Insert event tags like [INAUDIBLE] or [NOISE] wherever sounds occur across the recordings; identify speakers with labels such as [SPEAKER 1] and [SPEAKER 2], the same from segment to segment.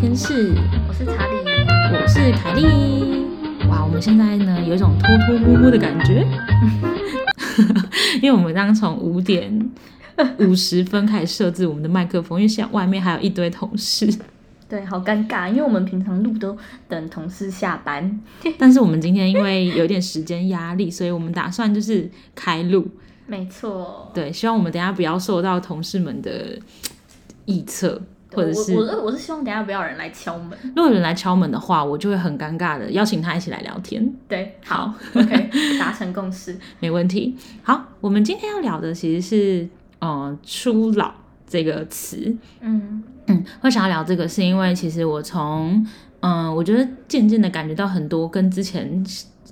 [SPEAKER 1] 天室，
[SPEAKER 2] 我是查理，
[SPEAKER 1] 我是凯莉。哇，我们现在呢有一种偷偷摸摸的感 [LAUGHS] 觉，因为我们刚刚从五 [LAUGHS] 点五十分开始设置我们的麦克风，因为现在外面还有一堆同事，
[SPEAKER 2] 对，好尴尬，因为我们平常录都等同事下班，
[SPEAKER 1] 但是我们今天因为有点时间压力，所以我们打算就是开录。
[SPEAKER 2] 没错，
[SPEAKER 1] 对，希望我们等一下不要受到同事们的臆测，或者是
[SPEAKER 2] 我我我是希望等一下不要有人来敲门，
[SPEAKER 1] 如果有人来敲门的话，我就会很尴尬的邀请他一起来聊天。 [LAUGHS]
[SPEAKER 2] 对
[SPEAKER 1] 好，
[SPEAKER 2] ，OK，达成共识，
[SPEAKER 1] 没问题。好，我们今天要聊的其实是呃“初老”这个词。
[SPEAKER 2] 嗯
[SPEAKER 1] 嗯，会想要聊这个，是因为其实我从嗯、呃我觉得渐渐的感觉到很多跟之前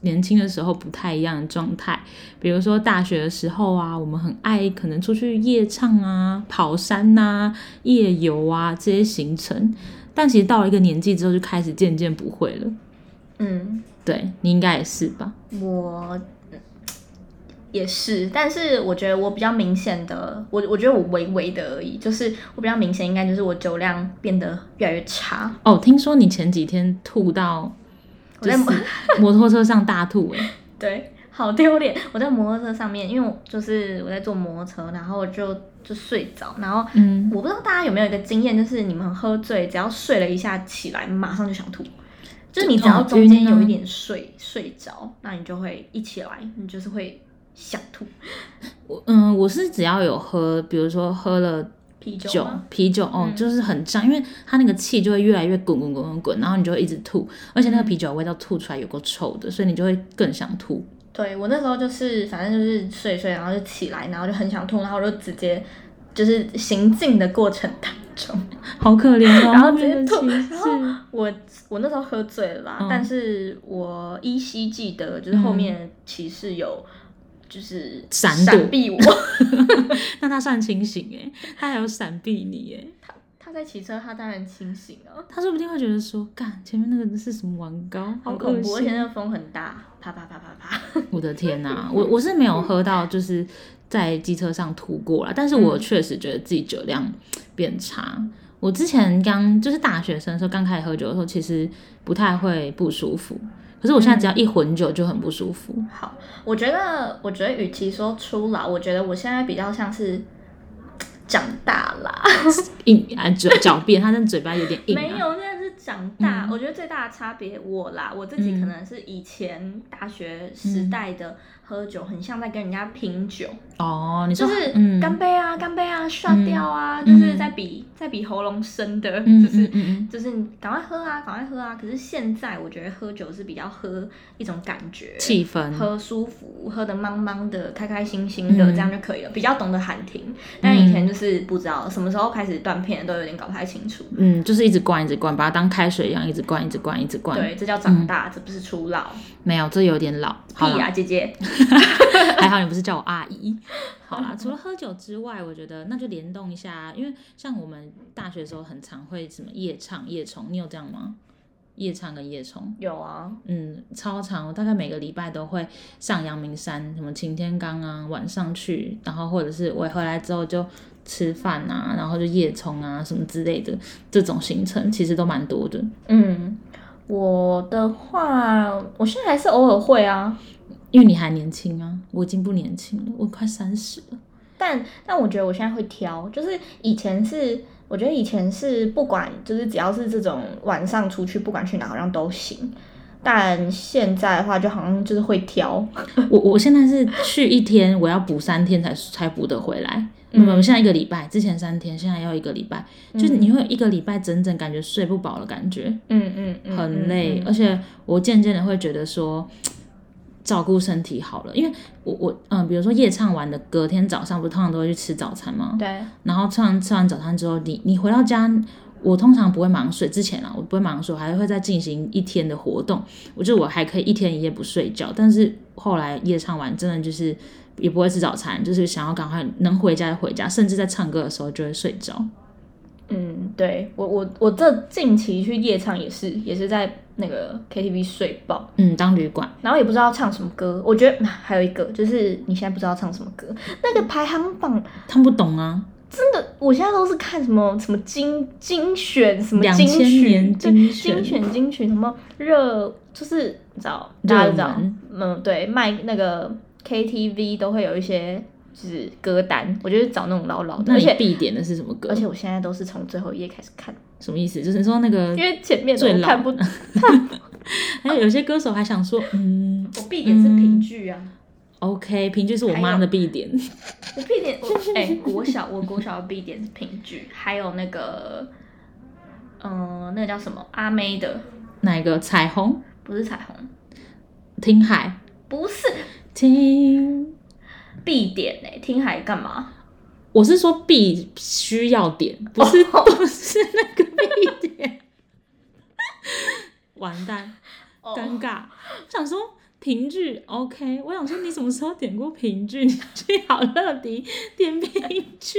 [SPEAKER 1] 年轻的时候不太一样的状态。比如说大学的时候啊，我们很爱可能出去夜唱啊、跑山呐、夜游啊这些行程，但其实到了一个年纪之后，就开始渐渐不会了。
[SPEAKER 2] 嗯，
[SPEAKER 1] 对你应该也是吧？
[SPEAKER 2] 我。也是，但是我觉得我比较明显的，我我觉得我微微的而已，就是我比较明显，应该就是我酒量变得越来越差。
[SPEAKER 1] 哦，听说你前几天吐到
[SPEAKER 2] 我在摸
[SPEAKER 1] [LAUGHS] 摩托车上大吐、欸，
[SPEAKER 2] 对，好丢脸！我在摩托车上面，因为我就是我在坐摩托车，然后就就睡着，然后
[SPEAKER 1] 嗯，
[SPEAKER 2] 我不知道大家有没有一个经验，就是你们喝醉，只要睡了一下起来，马上就想吐。就是你只要中间
[SPEAKER 1] 啊
[SPEAKER 2] 有一点睡睡着，那你就会一起来，你就是会想吐。
[SPEAKER 1] 我嗯，我是只要有喝，比如说喝了。
[SPEAKER 2] 啤酒
[SPEAKER 1] 酒
[SPEAKER 2] 吗？、
[SPEAKER 1] 啤酒，哦，
[SPEAKER 2] 嗯
[SPEAKER 1] 就是很胀，因为它那个气就会越来越滚滚滚滚滚，然后你就会一直吐，而且那个
[SPEAKER 2] 嗯
[SPEAKER 1] 啤酒的味道吐出来有够臭的，所以你就会更想吐。
[SPEAKER 2] 对我那时候就是反正就是睡一睡，然后就起来，然后就很想吐，然后我就直接就是行进的过程当中，
[SPEAKER 1] 好可怜哦，
[SPEAKER 2] [LAUGHS] 然后
[SPEAKER 1] 后
[SPEAKER 2] 直接
[SPEAKER 1] 面的
[SPEAKER 2] 吐
[SPEAKER 1] 情绪
[SPEAKER 2] 我我那时候喝醉了啦，
[SPEAKER 1] 嗯
[SPEAKER 2] 但是我依稀记得，就是后面骑士有就是
[SPEAKER 1] 闪躲
[SPEAKER 2] 闪
[SPEAKER 1] [LAUGHS]
[SPEAKER 2] 避我。
[SPEAKER 1] [LAUGHS] 那他算清醒诶，他还有闪避你诶，
[SPEAKER 2] 他在骑车，他当然清醒了，
[SPEAKER 1] 他说不定会觉得说，干前面那个是什么玩高，好
[SPEAKER 2] 好恐怖，
[SPEAKER 1] 恶
[SPEAKER 2] 而
[SPEAKER 1] 心
[SPEAKER 2] 且那个风很大，啪啪啪啪啪。
[SPEAKER 1] 我的天呐、我我是没有喝到，就是在机车上吐过啦，但是
[SPEAKER 2] 嗯
[SPEAKER 1] 我确实觉得自己酒量变差。我之前刚就是大学生的时候，刚开始喝酒的时候，其实不太会不舒服。可是我
[SPEAKER 2] 嗯
[SPEAKER 1] 现在只要一混酒就很不舒服。
[SPEAKER 2] 好，我觉得，我觉得，与其说初老，我觉得我现在比较像是长大啦，
[SPEAKER 1] 硬啊，嘴狡辩，他那嘴巴有点硬、啊。嗯
[SPEAKER 2] 没有，现在是长大。我觉得最大的差别，我啦，我自己可能是以前大
[SPEAKER 1] 嗯
[SPEAKER 2] 学时代的喝酒，很像在跟人家拼酒。
[SPEAKER 1] 哦，你
[SPEAKER 2] 就
[SPEAKER 1] 说
[SPEAKER 2] 是
[SPEAKER 1] 嗯
[SPEAKER 2] 干杯啊，干杯啊，刷掉啊，
[SPEAKER 1] 嗯
[SPEAKER 2] 就是在比在比喉咙深的，
[SPEAKER 1] 嗯嗯
[SPEAKER 2] 就是
[SPEAKER 1] 嗯嗯，
[SPEAKER 2] 就是你赶快喝啊，赶快喝啊。可是现在我觉得喝酒是比较喝一种感觉，
[SPEAKER 1] 气氛
[SPEAKER 2] 喝舒服，喝的茫茫的，开开心心的，
[SPEAKER 1] 嗯
[SPEAKER 2] 这样就可以了，比较懂得喊停。但以前就是不知道什么时候开始断片，都有点搞不太清楚。
[SPEAKER 1] 嗯，就是一直灌，一直灌，把它当开水一样，一直灌，一直灌，一直灌。
[SPEAKER 2] 对，这叫长大，这不是初老。
[SPEAKER 1] 没有，这有点老。好
[SPEAKER 2] 屁
[SPEAKER 1] 啦
[SPEAKER 2] 呀，姐姐。
[SPEAKER 1] [LAUGHS] 还好你不是叫我阿姨。嗯好啦，除了喝酒之外，我觉得那就联动一下，因为像我们大学的时候很常会什么夜唱、夜冲，你有这样吗？夜唱跟夜冲，
[SPEAKER 2] 有啊，
[SPEAKER 1] 嗯，超常，我大概每个礼拜都会上阳明山，什么擎天岗啊，晚上去，然后或者是我回来之后就吃饭啊，然后就夜冲啊什么之类的，这种行程其实都蛮多的。
[SPEAKER 2] 嗯，我的话，我现在还是偶尔会啊，
[SPEAKER 1] 因为你还年轻啊，我已经不年轻了，我快三十了。
[SPEAKER 2] 但但我觉得我现在会挑，就是以前是，我觉得以前是不管就是只要是这种晚上出去，不管去哪好像都行。但现在的话，就好像就是会挑，
[SPEAKER 1] 我我现在是去一天，我要补三天才才补得回来。我
[SPEAKER 2] 嗯
[SPEAKER 1] 们、现在一个礼拜，之前三天，现在要一个礼拜，就是你会有一个礼拜整整感觉睡不饱的感觉，
[SPEAKER 2] 嗯嗯嗯，
[SPEAKER 1] 很累，
[SPEAKER 2] 嗯
[SPEAKER 1] 而且我渐渐的会觉得说。照顾身体好了，因为我我嗯、比如说夜唱完的隔天早上，不是通常都会去吃早餐吗？
[SPEAKER 2] 对，
[SPEAKER 1] 然后吃完吃完早餐之后，你你回到家，我通常不会忙睡，之前啊，我不会忙睡，我还会再进行一天的活动。我觉得我还可以一天一夜不睡觉，但是后来夜唱完，真的就是也不会吃早餐，就是想要赶快能回家就回家，甚至在唱歌的时候就会睡着。
[SPEAKER 2] 嗯，对我我我这近期去夜唱也是，也是在那个 KTV 睡爆，
[SPEAKER 1] 嗯，当旅馆
[SPEAKER 2] 然后也不知道唱什么歌。我觉得还有一个就是你现在不知道唱什么歌，那个排行榜
[SPEAKER 1] 看不懂啊，
[SPEAKER 2] 真的，我现在都是看什么什么精精选，什么
[SPEAKER 1] 2000
[SPEAKER 2] 精选，
[SPEAKER 1] 年
[SPEAKER 2] 对
[SPEAKER 1] 精
[SPEAKER 2] 精
[SPEAKER 1] 选
[SPEAKER 2] 选精选什么热，就是你知道大家都知道
[SPEAKER 1] 热门，
[SPEAKER 2] 嗯，对，卖那个 KTV 都会有一些就是歌单，我就是找那种老老的，
[SPEAKER 1] 那
[SPEAKER 2] 而
[SPEAKER 1] 你
[SPEAKER 2] 且
[SPEAKER 1] 必点的是什么歌？
[SPEAKER 2] 而且我现在都是从最后一页开始看，
[SPEAKER 1] 什么意思？就是说那 [LAUGHS] 个
[SPEAKER 2] 因，为前面的
[SPEAKER 1] 最
[SPEAKER 2] 我
[SPEAKER 1] 老
[SPEAKER 2] 看不，
[SPEAKER 1] 还有有些歌手还想说，嗯
[SPEAKER 2] 我必点是评剧啊，
[SPEAKER 1] ，OK，平均是我妈的必点，
[SPEAKER 2] 我必点我哎、国小我国小的必点是评剧，还有那个嗯、呃那个叫什么阿妹的，
[SPEAKER 1] 哪一个？彩虹，
[SPEAKER 2] 不是彩虹。
[SPEAKER 1] 听海，
[SPEAKER 2] 不是
[SPEAKER 1] 听，
[SPEAKER 2] 必点哎、听海干嘛？
[SPEAKER 1] 我是说必须要点，不是、
[SPEAKER 2] 哦
[SPEAKER 1] [LAUGHS] 不是那个必点，完蛋，
[SPEAKER 2] 哦
[SPEAKER 1] 尴尬，我想说。评剧 OK，我想说你什么时候点过评剧？ [LAUGHS] 你去好乐迪点评剧。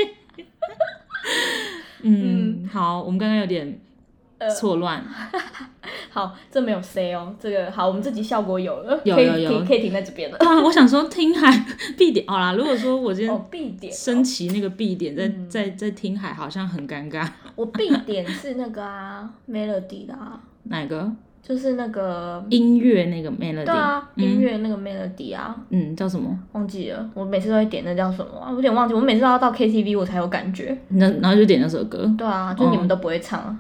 [SPEAKER 1] 嗯，好，我们刚刚有点
[SPEAKER 2] 呃
[SPEAKER 1] 错乱，
[SPEAKER 2] 好，这没有 say 哦，这个好，我们这集效果有了，
[SPEAKER 1] 有
[SPEAKER 2] 可以
[SPEAKER 1] 有有
[SPEAKER 2] 停可以停在这边了。
[SPEAKER 1] 对啊，我想说听海必点，好啦，如果说我今
[SPEAKER 2] 呃哦
[SPEAKER 1] 天，
[SPEAKER 2] 必点，
[SPEAKER 1] 升旗那个必点在
[SPEAKER 2] 嗯
[SPEAKER 1] 在在听海，好像很尴尬。
[SPEAKER 2] 我必点是那个啊，melody 的啊，
[SPEAKER 1] 哪个
[SPEAKER 2] 就是那个
[SPEAKER 1] 音乐那个 melody？
[SPEAKER 2] 对啊，
[SPEAKER 1] 嗯
[SPEAKER 2] 音乐那个 melody 啊，
[SPEAKER 1] 嗯，叫什么？
[SPEAKER 2] 忘记了，我每次都会点那叫什么啊，我有点忘记，我每次都要到 KTV 我才有感觉。
[SPEAKER 1] 那然后就点那首歌。
[SPEAKER 2] 对啊，就你们
[SPEAKER 1] 哦
[SPEAKER 2] 都不会唱啊，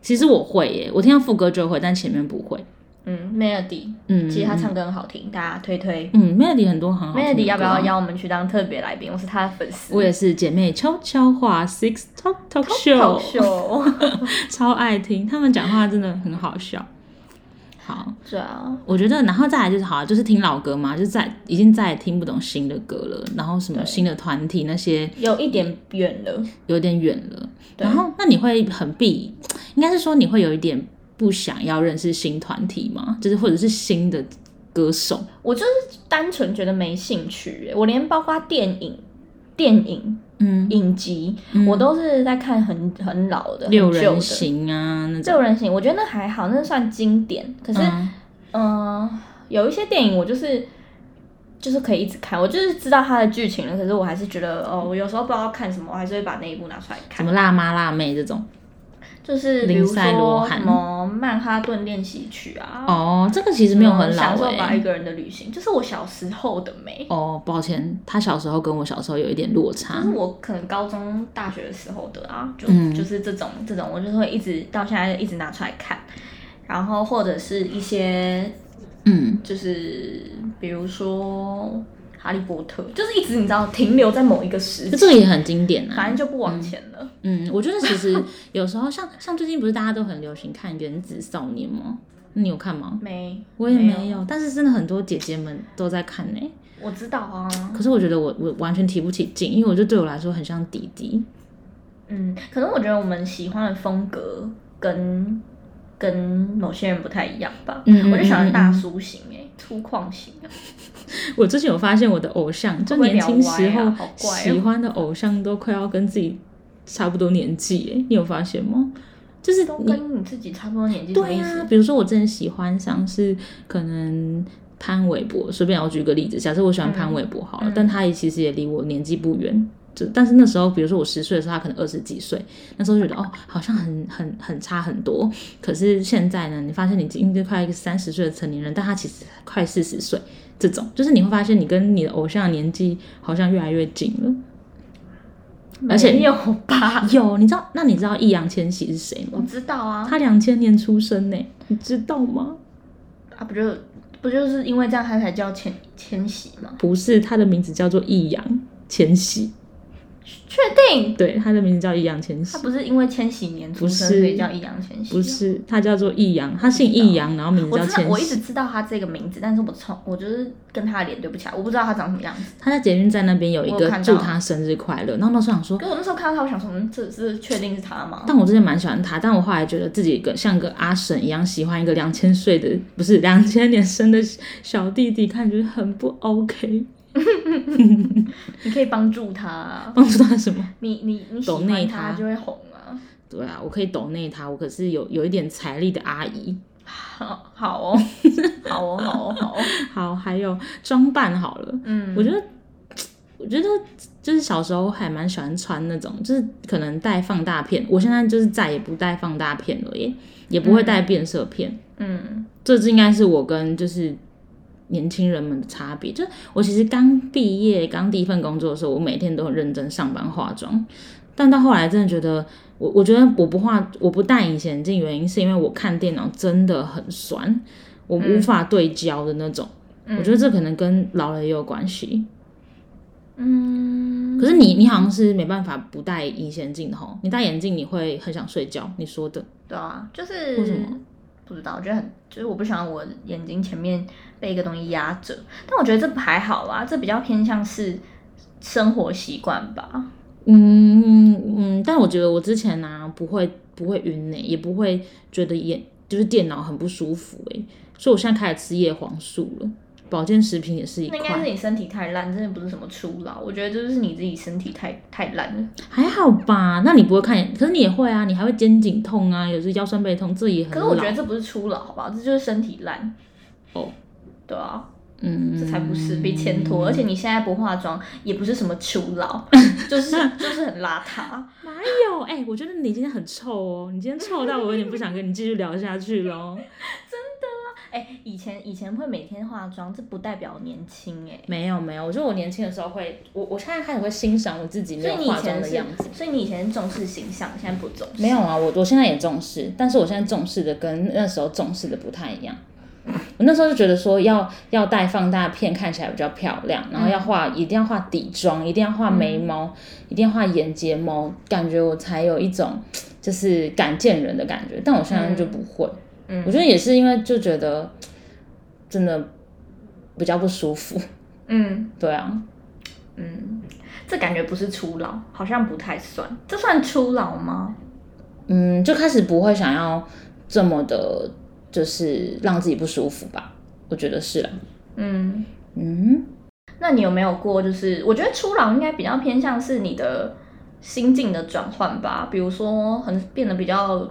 [SPEAKER 1] 其实我会耶，我听到副歌就会，但前面不会。
[SPEAKER 2] 嗯，melody，
[SPEAKER 1] 嗯，
[SPEAKER 2] 其实他唱歌很好听，大家推推。
[SPEAKER 1] 嗯 melody 很多很好听的歌啊。
[SPEAKER 2] melody 要不要邀我们去当特别来宾？我是他的粉丝，
[SPEAKER 1] 我也是姐妹悄悄话 Six Talk Talk
[SPEAKER 2] 好哦
[SPEAKER 1] Show，
[SPEAKER 2] [LAUGHS] 秀。
[SPEAKER 1] [LAUGHS] 超爱听，他们讲话真的很好笑。好，
[SPEAKER 2] 对啊，
[SPEAKER 1] 我觉得，然后再来就是好，就是听老歌嘛，就是在已经再也听不懂新的歌了，然后什么
[SPEAKER 2] 对
[SPEAKER 1] 新的团体那些
[SPEAKER 2] 有一点远了。
[SPEAKER 1] 有点远了。
[SPEAKER 2] 对
[SPEAKER 1] 然后，那你会很避，应该是说你会有一点不想要认识新团体吗？就是或者是新的歌手？
[SPEAKER 2] 我就是单纯觉得没兴趣耶、我连包括电影、电影
[SPEAKER 1] 嗯，
[SPEAKER 2] 影集，我都是在看很很老的、很
[SPEAKER 1] 六
[SPEAKER 2] 旧
[SPEAKER 1] 人
[SPEAKER 2] 的。
[SPEAKER 1] 行啊那种，
[SPEAKER 2] 六人行，我觉得那还好，那算经典。可是，嗯、
[SPEAKER 1] 嗯
[SPEAKER 2] 有一些电影我就是就是可以一直看，我就是知道它的剧情了，可是我还是觉得哦，我有时候不知道看什么，我还是会把那一部拿出来
[SPEAKER 1] 什
[SPEAKER 2] 看
[SPEAKER 1] 么。辣妈辣妹这种。
[SPEAKER 2] 就是比如
[SPEAKER 1] 林赛罗
[SPEAKER 2] 说
[SPEAKER 1] 韩
[SPEAKER 2] 什么《曼哈顿练习曲》啊，
[SPEAKER 1] 哦，这个其实没有很
[SPEAKER 2] 嗯享
[SPEAKER 1] 老
[SPEAKER 2] 受吧一
[SPEAKER 1] 诶、
[SPEAKER 2] 个人的旅行，就是我小时候的美。
[SPEAKER 1] 哦，抱歉，他小时候跟我小时候有一点落
[SPEAKER 2] 就
[SPEAKER 1] 差
[SPEAKER 2] 是。我可能高中、大学的时候的啊，就、
[SPEAKER 1] 嗯
[SPEAKER 2] 就是这种这种，我就是会一直到现在一直拿出来看，然后或者是一些
[SPEAKER 1] 嗯，
[SPEAKER 2] 就是比如说《哈利波特》，就是一直你知道停留在某一个时
[SPEAKER 1] 这个
[SPEAKER 2] 期，
[SPEAKER 1] 也很经典啊。
[SPEAKER 2] 反正就不往前了。
[SPEAKER 1] 嗯，我觉得其实有时候像像最近不是大家都很流行看《原子少年》吗？你有看吗？
[SPEAKER 2] 没，
[SPEAKER 1] 我也没有，
[SPEAKER 2] 没有
[SPEAKER 1] 但是真的很多姐姐们都在看呢、
[SPEAKER 2] 我知道啊，
[SPEAKER 1] 可是我觉得我我完全提不起劲，因为我就对我来说很像弟弟。
[SPEAKER 2] 嗯，可能我觉得我们喜欢的风格跟跟某些人不太一样吧。
[SPEAKER 1] 嗯嗯
[SPEAKER 2] 我就
[SPEAKER 1] 嗯
[SPEAKER 2] 喜欢
[SPEAKER 1] 嗯
[SPEAKER 2] 大
[SPEAKER 1] 嗯
[SPEAKER 2] 叔型哎、粗犷型啊。
[SPEAKER 1] [LAUGHS] 我之前有发现我的偶像，就
[SPEAKER 2] 会不会
[SPEAKER 1] 年轻时
[SPEAKER 2] 聊歪
[SPEAKER 1] 候
[SPEAKER 2] 啊好怪哦
[SPEAKER 1] 喜欢的偶像都快要跟自己差不多年纪耶、你有发现吗？就是
[SPEAKER 2] 都
[SPEAKER 1] 你
[SPEAKER 2] 跟你自己差不多年纪，什么
[SPEAKER 1] 对啊
[SPEAKER 2] 意
[SPEAKER 1] 呀、
[SPEAKER 2] 思？
[SPEAKER 1] 比如说我之前喜欢像是可能潘玮柏，随便我举个例子，假设我喜欢潘玮柏好了，
[SPEAKER 2] 嗯嗯
[SPEAKER 1] 但他也其实也离我年纪不远。就但是那时候，比如说我十岁的时候，他可能二十几岁，那时候觉得哦，好像很很很差很多。可是现在呢，你发现你已经快一个三十岁的成年人，但他其实快四十岁，这种就是你会发现你跟你的偶像的年纪好像越来越近了。而且
[SPEAKER 2] 没有吧？
[SPEAKER 1] [LAUGHS] 有，你知道？那你知道易烊千玺是谁
[SPEAKER 2] 我
[SPEAKER 1] 吗？
[SPEAKER 2] 知道啊，
[SPEAKER 1] 他两千年出生呢、你知道吗？
[SPEAKER 2] 啊不就不就是因为这样他才叫千千玺吗？
[SPEAKER 1] 不是，他的名字叫做易烊千玺，
[SPEAKER 2] 确定
[SPEAKER 1] 对，他的名字叫易烊千玺
[SPEAKER 2] 他，不是因为千禧年出生
[SPEAKER 1] 不是
[SPEAKER 2] 所以叫易烊千玺？
[SPEAKER 1] 不，是，他叫做易烊，他姓易烊，然后名字
[SPEAKER 2] 我
[SPEAKER 1] 叫
[SPEAKER 2] 知道我
[SPEAKER 1] 千
[SPEAKER 2] 一直
[SPEAKER 1] 玺。
[SPEAKER 2] 知道他这个名字，但是我从我就是跟他的脸对不起来，我不知道他长什么样子。
[SPEAKER 1] 他在捷运站那边有一
[SPEAKER 2] 我有
[SPEAKER 1] 个
[SPEAKER 2] 看到
[SPEAKER 1] 祝他生日快乐，然后那时候想说
[SPEAKER 2] 可，是我那时候看到他，我想说，嗯，这是确定是他吗？
[SPEAKER 1] 但我之前蛮喜欢他，但我后来觉得自己个像个阿婶一样喜欢一个两千岁的，不是两千年生的小弟弟，看觉得很不 OK。
[SPEAKER 2] 你可以帮助他啊，
[SPEAKER 1] 帮助他什么？
[SPEAKER 2] 你你你喜
[SPEAKER 1] 懂内
[SPEAKER 2] 欢
[SPEAKER 1] 他
[SPEAKER 2] 他就会红
[SPEAKER 1] [LAUGHS]
[SPEAKER 2] 啊。
[SPEAKER 1] [LAUGHS] 对啊，我可以懂内他，我可是有有一点财力的阿姨。
[SPEAKER 2] 好，好
[SPEAKER 1] [LAUGHS]
[SPEAKER 2] 哦，好哦，好哦，好哦，
[SPEAKER 1] 好，还有装扮好了，
[SPEAKER 2] 嗯，
[SPEAKER 1] 我觉得我觉得就是小时候还蛮喜欢穿那种，就是可能带放大片。我现在就是再也不带放大片了耶，也不会带变色片。
[SPEAKER 2] 嗯，
[SPEAKER 1] 这应该是我跟就是年轻人们的差别。就我其实刚毕业、刚第一份工作的时候，我每天都很认真上班化妆，但到后来真的觉得，我我觉得我不化、我不戴隐形眼镜，原因是因为我看电脑真的很酸，我无法对焦的那种。我觉得这可能跟老了也有关系。
[SPEAKER 2] 嗯，
[SPEAKER 1] 可是你，你好像是没办法不戴隐形眼镜的吼。你戴眼镜你会很想睡觉，你说的。
[SPEAKER 2] 对啊，就
[SPEAKER 1] 为什
[SPEAKER 2] 是
[SPEAKER 1] 么
[SPEAKER 2] 不知道，我觉得很，就是我不喜欢我眼睛前面被一个东西压着，但我觉得这还好啦，这比较偏向是生活习惯吧。
[SPEAKER 1] 嗯嗯，但我觉得我之前啊不会不会晕呢、也不会觉得眼就是电脑很不舒服诶、所以我现在开始吃叶黄素了，保健食品也是一
[SPEAKER 2] 那应该是
[SPEAKER 1] 块，
[SPEAKER 2] 你身体太烂，真的不是什么初老，我觉得就是你自己身体太太烂了。
[SPEAKER 1] 还好吧？那你不会看眼，可是你也会啊，你还会肩颈痛啊，有时腰酸背痛，这也很
[SPEAKER 2] 可
[SPEAKER 1] 老。
[SPEAKER 2] 是我觉得这不是初老，好不好？这就是身体烂。
[SPEAKER 1] 哦，
[SPEAKER 2] 对啊，
[SPEAKER 1] 嗯，
[SPEAKER 2] 这才不是被牵拖，而且你现在不化妆也不是什么初老， [LAUGHS] 就是就是很邋遢。
[SPEAKER 1] 哪有？哎、我觉得你今天很臭哦，你今天臭到我有点不想跟你继续聊下去喽。
[SPEAKER 2] 哎、以前以前会每天化妆，这不代表年轻哎、
[SPEAKER 1] 没有没有，我觉得我年轻的时候会，我我现在开始会欣赏我自己没
[SPEAKER 2] 所以
[SPEAKER 1] 有
[SPEAKER 2] 你
[SPEAKER 1] 化妆
[SPEAKER 2] 以前
[SPEAKER 1] 的
[SPEAKER 2] 是
[SPEAKER 1] 样子，。
[SPEAKER 2] 所以你以前重视形象，现在不重视。
[SPEAKER 1] 没有啊，我我现在也重视，但是我现在重视的跟那时候重视的不太一样。我那时候就觉得说要要戴放大片看起来比较漂亮，然
[SPEAKER 2] 嗯
[SPEAKER 1] 后要画、一定要画底妆，一定要画眉毛，一定要画眼睫毛，感觉我才有一种就是敢见人的感觉。但我现在就不会，
[SPEAKER 2] 嗯
[SPEAKER 1] 我觉得也是因为就觉得真的比较不舒服。 [LAUGHS]
[SPEAKER 2] 嗯
[SPEAKER 1] 对啊，
[SPEAKER 2] 嗯，这感觉不是初老，好像不太算。这算初老吗？
[SPEAKER 1] 嗯，就开始不会想要这么的，就是让自己不舒服吧。我觉得是啦、
[SPEAKER 2] 嗯，
[SPEAKER 1] 嗯，
[SPEAKER 2] 那你有没有过？就是我觉得初老应该比较偏向是你的心境的转换吧，比如说很变得比较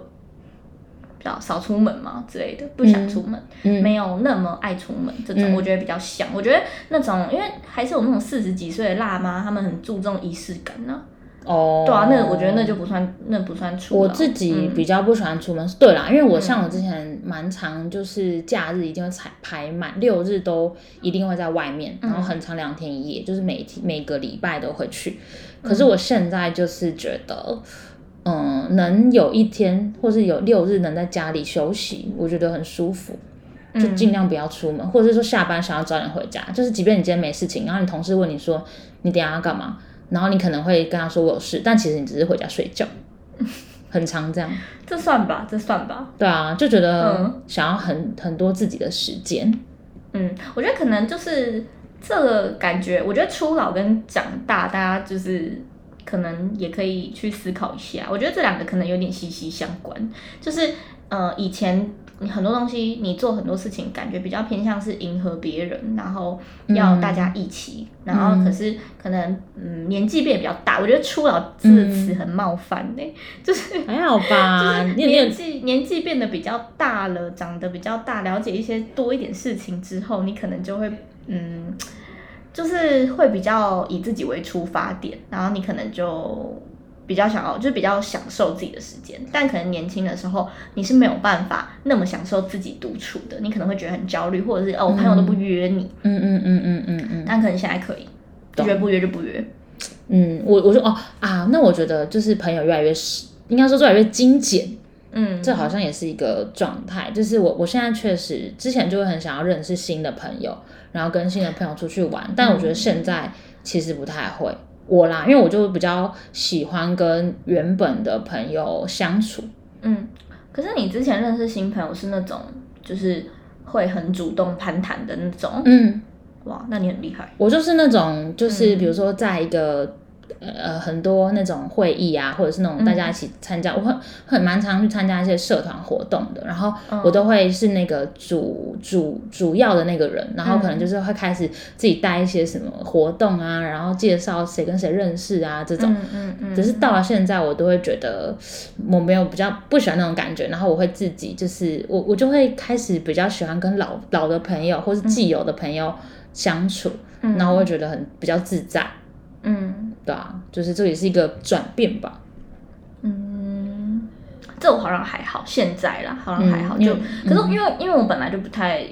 [SPEAKER 2] 比较少出门嘛之类的，不想出门，
[SPEAKER 1] 嗯
[SPEAKER 2] 没有那么爱出门这种，
[SPEAKER 1] 嗯
[SPEAKER 2] 我觉得比较像。我觉得那种因为还是有那种四十几岁的辣妈，她们很注重仪式感呢、
[SPEAKER 1] 哦，
[SPEAKER 2] 对啊，那我觉得那就不算，那不算初老。
[SPEAKER 1] 我自己
[SPEAKER 2] 嗯
[SPEAKER 1] 比较不喜欢出门。对啦，因为我像我之前蛮常就是假日一定会采排满，六日都一定会在外面，
[SPEAKER 2] 嗯
[SPEAKER 1] 然后很长两天一夜，就是每天每个礼拜都会去。
[SPEAKER 2] 嗯
[SPEAKER 1] 可是我现在就是觉得。嗯，能有一天或是有六日能在家里休息，我觉得很舒服。
[SPEAKER 2] 嗯
[SPEAKER 1] 就尽量不要出门，或者是说下班想要早点回家。就是即便你今天没事情，然后你同事问你说你等一下要干嘛，然后你可能会跟他说我有事，但其实你只是回家睡
[SPEAKER 2] [LAUGHS]
[SPEAKER 1] 觉，很常这样。
[SPEAKER 2] 这算吧，这算吧。
[SPEAKER 1] 对啊，就觉得
[SPEAKER 2] 嗯
[SPEAKER 1] 想要很很多自己的时间。
[SPEAKER 2] 嗯，我觉得可能就是这个感觉。我觉得初老跟长大，大家就是可能也可以去思考一下。我觉得这两个可能有点息息相关。就是呃，以前你很多东西，你做很多事情，感觉比较偏向是迎合别人，然后要大家一起，然后可是可能嗯年纪变得比较大，我觉得初老这个词很冒犯呢、就是
[SPEAKER 1] 还好吧，
[SPEAKER 2] [LAUGHS] 就是
[SPEAKER 1] 啊你也
[SPEAKER 2] 年纪年纪变得比较大了，长得比较大，了解一些多一点事情之后，你可能就会嗯，就是会比较以自己为出发点，然后你可能就比较想要，就比较享受自己的时间。但可能年轻的时候你是没有办法那么享受自己独处的，你可能会觉得很焦虑，或者是哦，我朋友都不约你，
[SPEAKER 1] 嗯嗯嗯嗯嗯嗯
[SPEAKER 2] 但可能现在可以，就
[SPEAKER 1] 懂
[SPEAKER 2] 觉得不约就不约。
[SPEAKER 1] 嗯，我我就哦啊，那我觉得就是朋友越来越少应该说越来越精简，
[SPEAKER 2] 嗯，
[SPEAKER 1] 这好像也是一个状态，就是我我现在确实之前就会很想要认识新的朋友，然后跟新的朋友出去玩，但我觉得现在其实不太会我啦，因为我就比较喜欢跟原本的朋友相处，
[SPEAKER 2] 嗯，可是你之前认识新朋友是那种，就是会很主动攀谈的那种，
[SPEAKER 1] 嗯，
[SPEAKER 2] 哇，那你很厉害。
[SPEAKER 1] 我就是那种就是
[SPEAKER 2] 嗯
[SPEAKER 1] 比如说在一个。呃，很多那种会议啊，或者是那
[SPEAKER 2] 嗯
[SPEAKER 1] 种大家一起参加，我很很蛮常去参加一些社团活动的，然后
[SPEAKER 2] 嗯
[SPEAKER 1] 我都会是那个主主主要的那个人，然后可能
[SPEAKER 2] 嗯
[SPEAKER 1] 就是会开始自己带一些什么活动啊，然后介绍谁跟谁认识啊这种。
[SPEAKER 2] 嗯嗯嗯，
[SPEAKER 1] 只是到了现在，我都会觉得我没有比较不喜欢那种感觉，然后我会自己就是我我就会开始比较喜欢跟老老的朋友或是既有的朋友相处，
[SPEAKER 2] 嗯
[SPEAKER 1] 然后我会觉得很比较自在。
[SPEAKER 2] 嗯
[SPEAKER 1] 对啊，就是这也是一个转变吧。
[SPEAKER 2] 嗯，这我好像还好，现在啦好像还好，
[SPEAKER 1] 嗯
[SPEAKER 2] 就
[SPEAKER 1] 因为
[SPEAKER 2] 可是因为、因为我本来就不太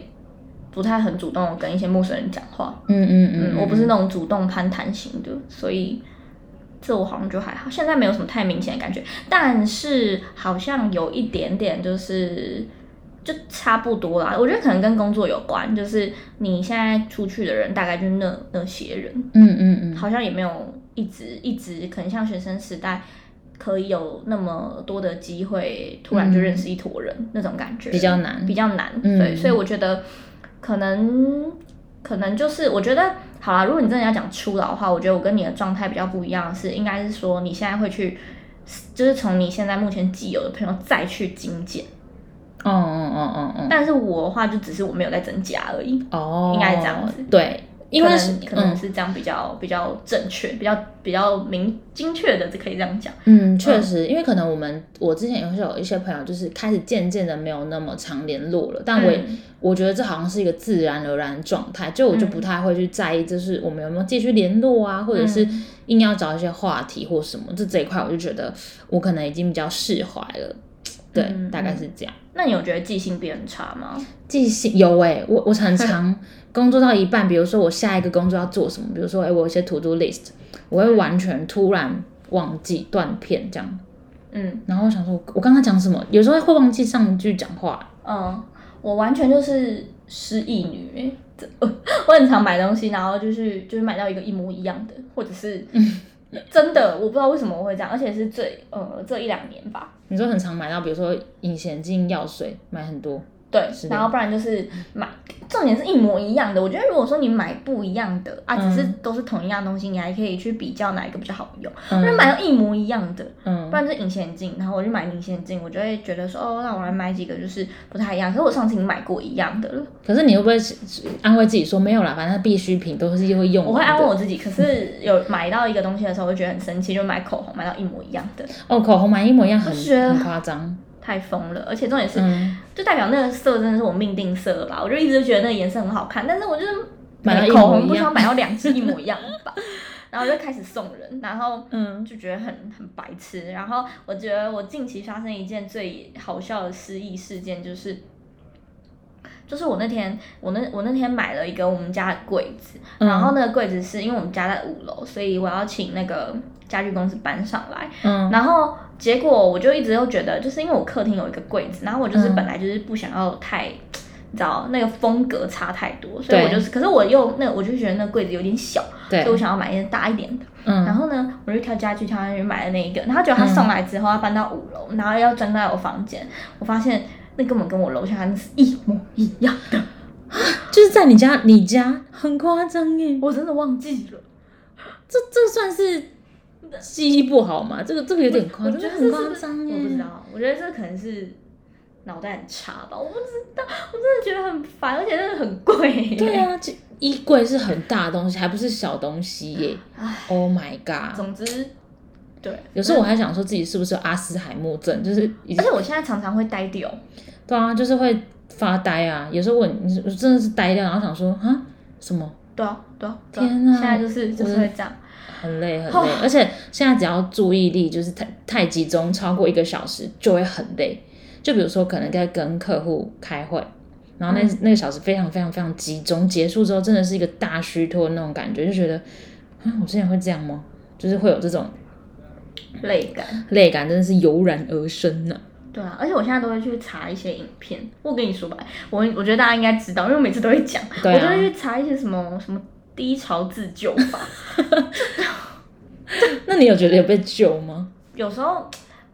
[SPEAKER 2] 不太很主动地跟一些陌生人讲话，
[SPEAKER 1] 嗯嗯
[SPEAKER 2] 嗯，我不是那种主动攀谈型的，所以这我好像就还好，现在没有什么太明显的感觉，但是好像有一点点就是。就差不多啦，我觉得可能跟工作有关，就是你现在出去的人大概就是那那些人，
[SPEAKER 1] 嗯嗯嗯，
[SPEAKER 2] 好像也没有一直一直，可能像学生时代可以有那么多的机会，突然就认识一坨人、那种感
[SPEAKER 1] 嗯
[SPEAKER 2] 觉，
[SPEAKER 1] 比较难
[SPEAKER 2] 比较难。
[SPEAKER 1] 嗯
[SPEAKER 2] 对，所以我觉得可能可能就是我觉得好啦，如果你真的要讲初老的话，我觉得我跟你的状态比较不一样的是，应该是说你现在会去，就是从你现在目前既有的朋友再去精简，
[SPEAKER 1] 哦哦哦哦哦，
[SPEAKER 2] 但是我的话就只是我没有在增加而已。
[SPEAKER 1] 哦，
[SPEAKER 2] 应该这样子
[SPEAKER 1] 对，因为是
[SPEAKER 2] 可能可能
[SPEAKER 1] 嗯
[SPEAKER 2] 是这样比较、比较正确，比较比较明精确的，可以这样讲。
[SPEAKER 1] 嗯，确实，因为可能我们我之前也会有一些朋友，就是开始渐渐的没有那么常联络了，但我也、
[SPEAKER 2] 嗯
[SPEAKER 1] 我觉得这好像是一个自然而然的状态，就我就不
[SPEAKER 2] 嗯
[SPEAKER 1] 太会去在意，就是我们有没有继续联络啊，或者是
[SPEAKER 2] 嗯
[SPEAKER 1] 硬要找一些话题或什么，就这一块我就觉得我可能已经比较释怀了，对，
[SPEAKER 2] 嗯
[SPEAKER 1] 大概
[SPEAKER 2] 嗯
[SPEAKER 1] 是这样。
[SPEAKER 2] 那你有觉得记性变差吗？
[SPEAKER 1] 记性有哎、我我很常工作到一半，比如说我下一个工作要做什么，比如说哎、我有一些 to do list，我会完全突然忘记断片这样，
[SPEAKER 2] 嗯
[SPEAKER 1] 然后我想说我我刚刚讲什么，有时候会忘记上一句讲话，
[SPEAKER 2] 嗯，我完全就是失忆女、欸。这 [LAUGHS] 我很常买东西，然后就是就是买到一个一模一样的，或者是
[SPEAKER 1] 嗯
[SPEAKER 2] 真的，我不知道为什么我会这样，而且是最呃这一两年吧，
[SPEAKER 1] 你说很常买到，比如说隐形眼镜、药水买很多，
[SPEAKER 2] 对
[SPEAKER 1] 是，的
[SPEAKER 2] 然后不然就是买，重点是一模一样的。我觉得如果说你买不一样的啊，
[SPEAKER 1] 嗯
[SPEAKER 2] 只是都是同一样东西，你还可以去比较哪一个比较好用。
[SPEAKER 1] 嗯
[SPEAKER 2] 就是买到一模一样的，
[SPEAKER 1] 嗯
[SPEAKER 2] 不然就是隐形眼镜，然后我就买隐形眼镜，我就会觉得说，哦，那我来买几个就是不太一样。可是我上次已经买过一样的了，
[SPEAKER 1] 可是你会不会安慰自己说没有啦，反正必需品都是会用完的，
[SPEAKER 2] 我会安慰我自己。可是有买到一个东西的时候，我就觉得很生气，就买口红买到一模一样的，
[SPEAKER 1] 哦，口红买一模一样很
[SPEAKER 2] 我觉得
[SPEAKER 1] 很夸
[SPEAKER 2] [LAUGHS]
[SPEAKER 1] 张，
[SPEAKER 2] 太疯了。而且重点是，
[SPEAKER 1] 嗯，
[SPEAKER 2] 就代表那个色真的是我命定色了吧？我就一直觉得那个颜色很好看，但是我就是
[SPEAKER 1] 买到一模一样
[SPEAKER 2] 口红不想买到两支一模一样的吧。 [LAUGHS] 然后我就开始送人，然后
[SPEAKER 1] 嗯
[SPEAKER 2] 就觉得很很白痴。然后我觉得我近期发生一件最好笑的失忆事件，就是就是我那天我那我那天买了一个我们家的柜子，
[SPEAKER 1] 嗯
[SPEAKER 2] 然后那个柜子是因为我们家在五楼，所以我要请那个家具公司搬上来。
[SPEAKER 1] 嗯
[SPEAKER 2] 然后结果我就一直都觉得，就是因为我客厅有一个柜子，然后我就是
[SPEAKER 1] 嗯
[SPEAKER 2] 本来就是不想要太，你知道那个风格差太多，所以
[SPEAKER 1] 对
[SPEAKER 2] 我就是，可是我又那我就觉得那个柜子有点小，
[SPEAKER 1] 对
[SPEAKER 2] 所以，我想要买一件大一点的。然
[SPEAKER 1] 嗯
[SPEAKER 2] 后呢，我就挑家具，挑家具买了那一个，然后结果他
[SPEAKER 1] 嗯
[SPEAKER 2] 送来之后，他搬到五楼，然后要装在我房间，我发现那根本跟我楼下那是一模一样的，
[SPEAKER 1] 就是在你家，你家很夸张耶，
[SPEAKER 2] 我真的忘记了。
[SPEAKER 1] 这这算是记忆不好吗？这个这个有点夸
[SPEAKER 2] 我
[SPEAKER 1] 张，
[SPEAKER 2] 觉
[SPEAKER 1] 这
[SPEAKER 2] 得
[SPEAKER 1] 很
[SPEAKER 2] 这是
[SPEAKER 1] 夸
[SPEAKER 2] 不是
[SPEAKER 1] 张耶。
[SPEAKER 2] 我不知。道，我觉得这可能是脑袋很差吧，我不知道，我真的觉得很烦，而且真的很贵。
[SPEAKER 1] 对，啊，这衣柜是很大的东西，还不是小东西耶。
[SPEAKER 2] 唉，
[SPEAKER 1] Oh my god！
[SPEAKER 2] [LAUGHS] 总之，对。
[SPEAKER 1] 有时候我还想说自己是不是有阿斯海默症，就是已
[SPEAKER 2] 而
[SPEAKER 1] 经
[SPEAKER 2] 且我现在常常会呆掉，
[SPEAKER 1] 对啊，就是会发呆啊。有时候我我真的是呆掉，然后想说啊什么，
[SPEAKER 2] 对啊，对啊，对啊
[SPEAKER 1] 天哪
[SPEAKER 2] 现在就是就是会这样，
[SPEAKER 1] 很累很累
[SPEAKER 2] 哦，
[SPEAKER 1] 而且现在只要注意力就是太太集中，超过一个小时就会很累。就比如说，可能在跟客户开会，然后那、
[SPEAKER 2] 嗯
[SPEAKER 1] 那个小时非常非常非常集中，结束之后真的是一个大虚脱的那种感觉，就觉得啊，我之前会这样吗？就是会有这种
[SPEAKER 2] 累感。
[SPEAKER 1] 累感，真的是油然而生呢、
[SPEAKER 2] 对啊，而且我现在都会去查一些影片。我跟你说吧，我我觉得大家应该知道，因为我每次都会讲，
[SPEAKER 1] 对啊
[SPEAKER 2] 我都会去查一些什么什么低潮自救法。
[SPEAKER 1] [LAUGHS] 那你有觉得有被救吗？
[SPEAKER 2] 有时候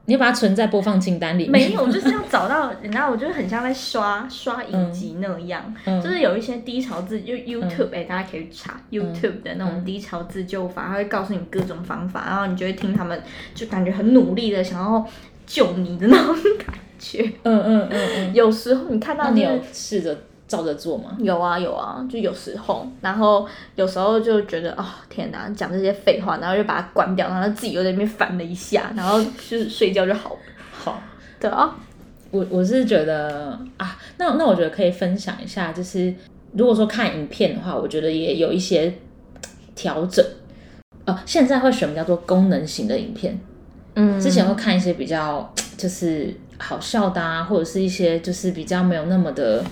[SPEAKER 1] 你有把它存在播放清单里面？
[SPEAKER 2] 没有，就是要找到，你知道，我就是很像在刷刷影集那样，
[SPEAKER 1] 嗯
[SPEAKER 2] 就是有一些低潮自就 YouTube，哎、大家可以去查 YouTube 的那
[SPEAKER 1] 嗯
[SPEAKER 2] 种低潮自救法，它会告诉你各种方法，然后你就会听他们，就感觉很努力的想要救你的那种 [LAUGHS] 感觉。
[SPEAKER 1] 嗯嗯嗯嗯。
[SPEAKER 2] 有时候你看
[SPEAKER 1] 那
[SPEAKER 2] 到
[SPEAKER 1] 你
[SPEAKER 2] 那
[SPEAKER 1] 有
[SPEAKER 2] 个。
[SPEAKER 1] 试着照着做吗？
[SPEAKER 2] 有啊有啊，就有时候，然后有时候就觉得哦天哪，讲这些废话，然后就把它关掉，然后自己又在那边烦了一下，然后就是睡觉就好了。
[SPEAKER 1] 好，
[SPEAKER 2] 对啊，
[SPEAKER 1] 我我是觉得啊，那那我觉得可以分享一下，就是如果说看影片的话，我觉得也有一些嘖调整。哦，现在会选比较多功能型的影片，
[SPEAKER 2] 嗯
[SPEAKER 1] 之前会看一些比较就是好笑的啊，或者是一些就是比较没有那么的，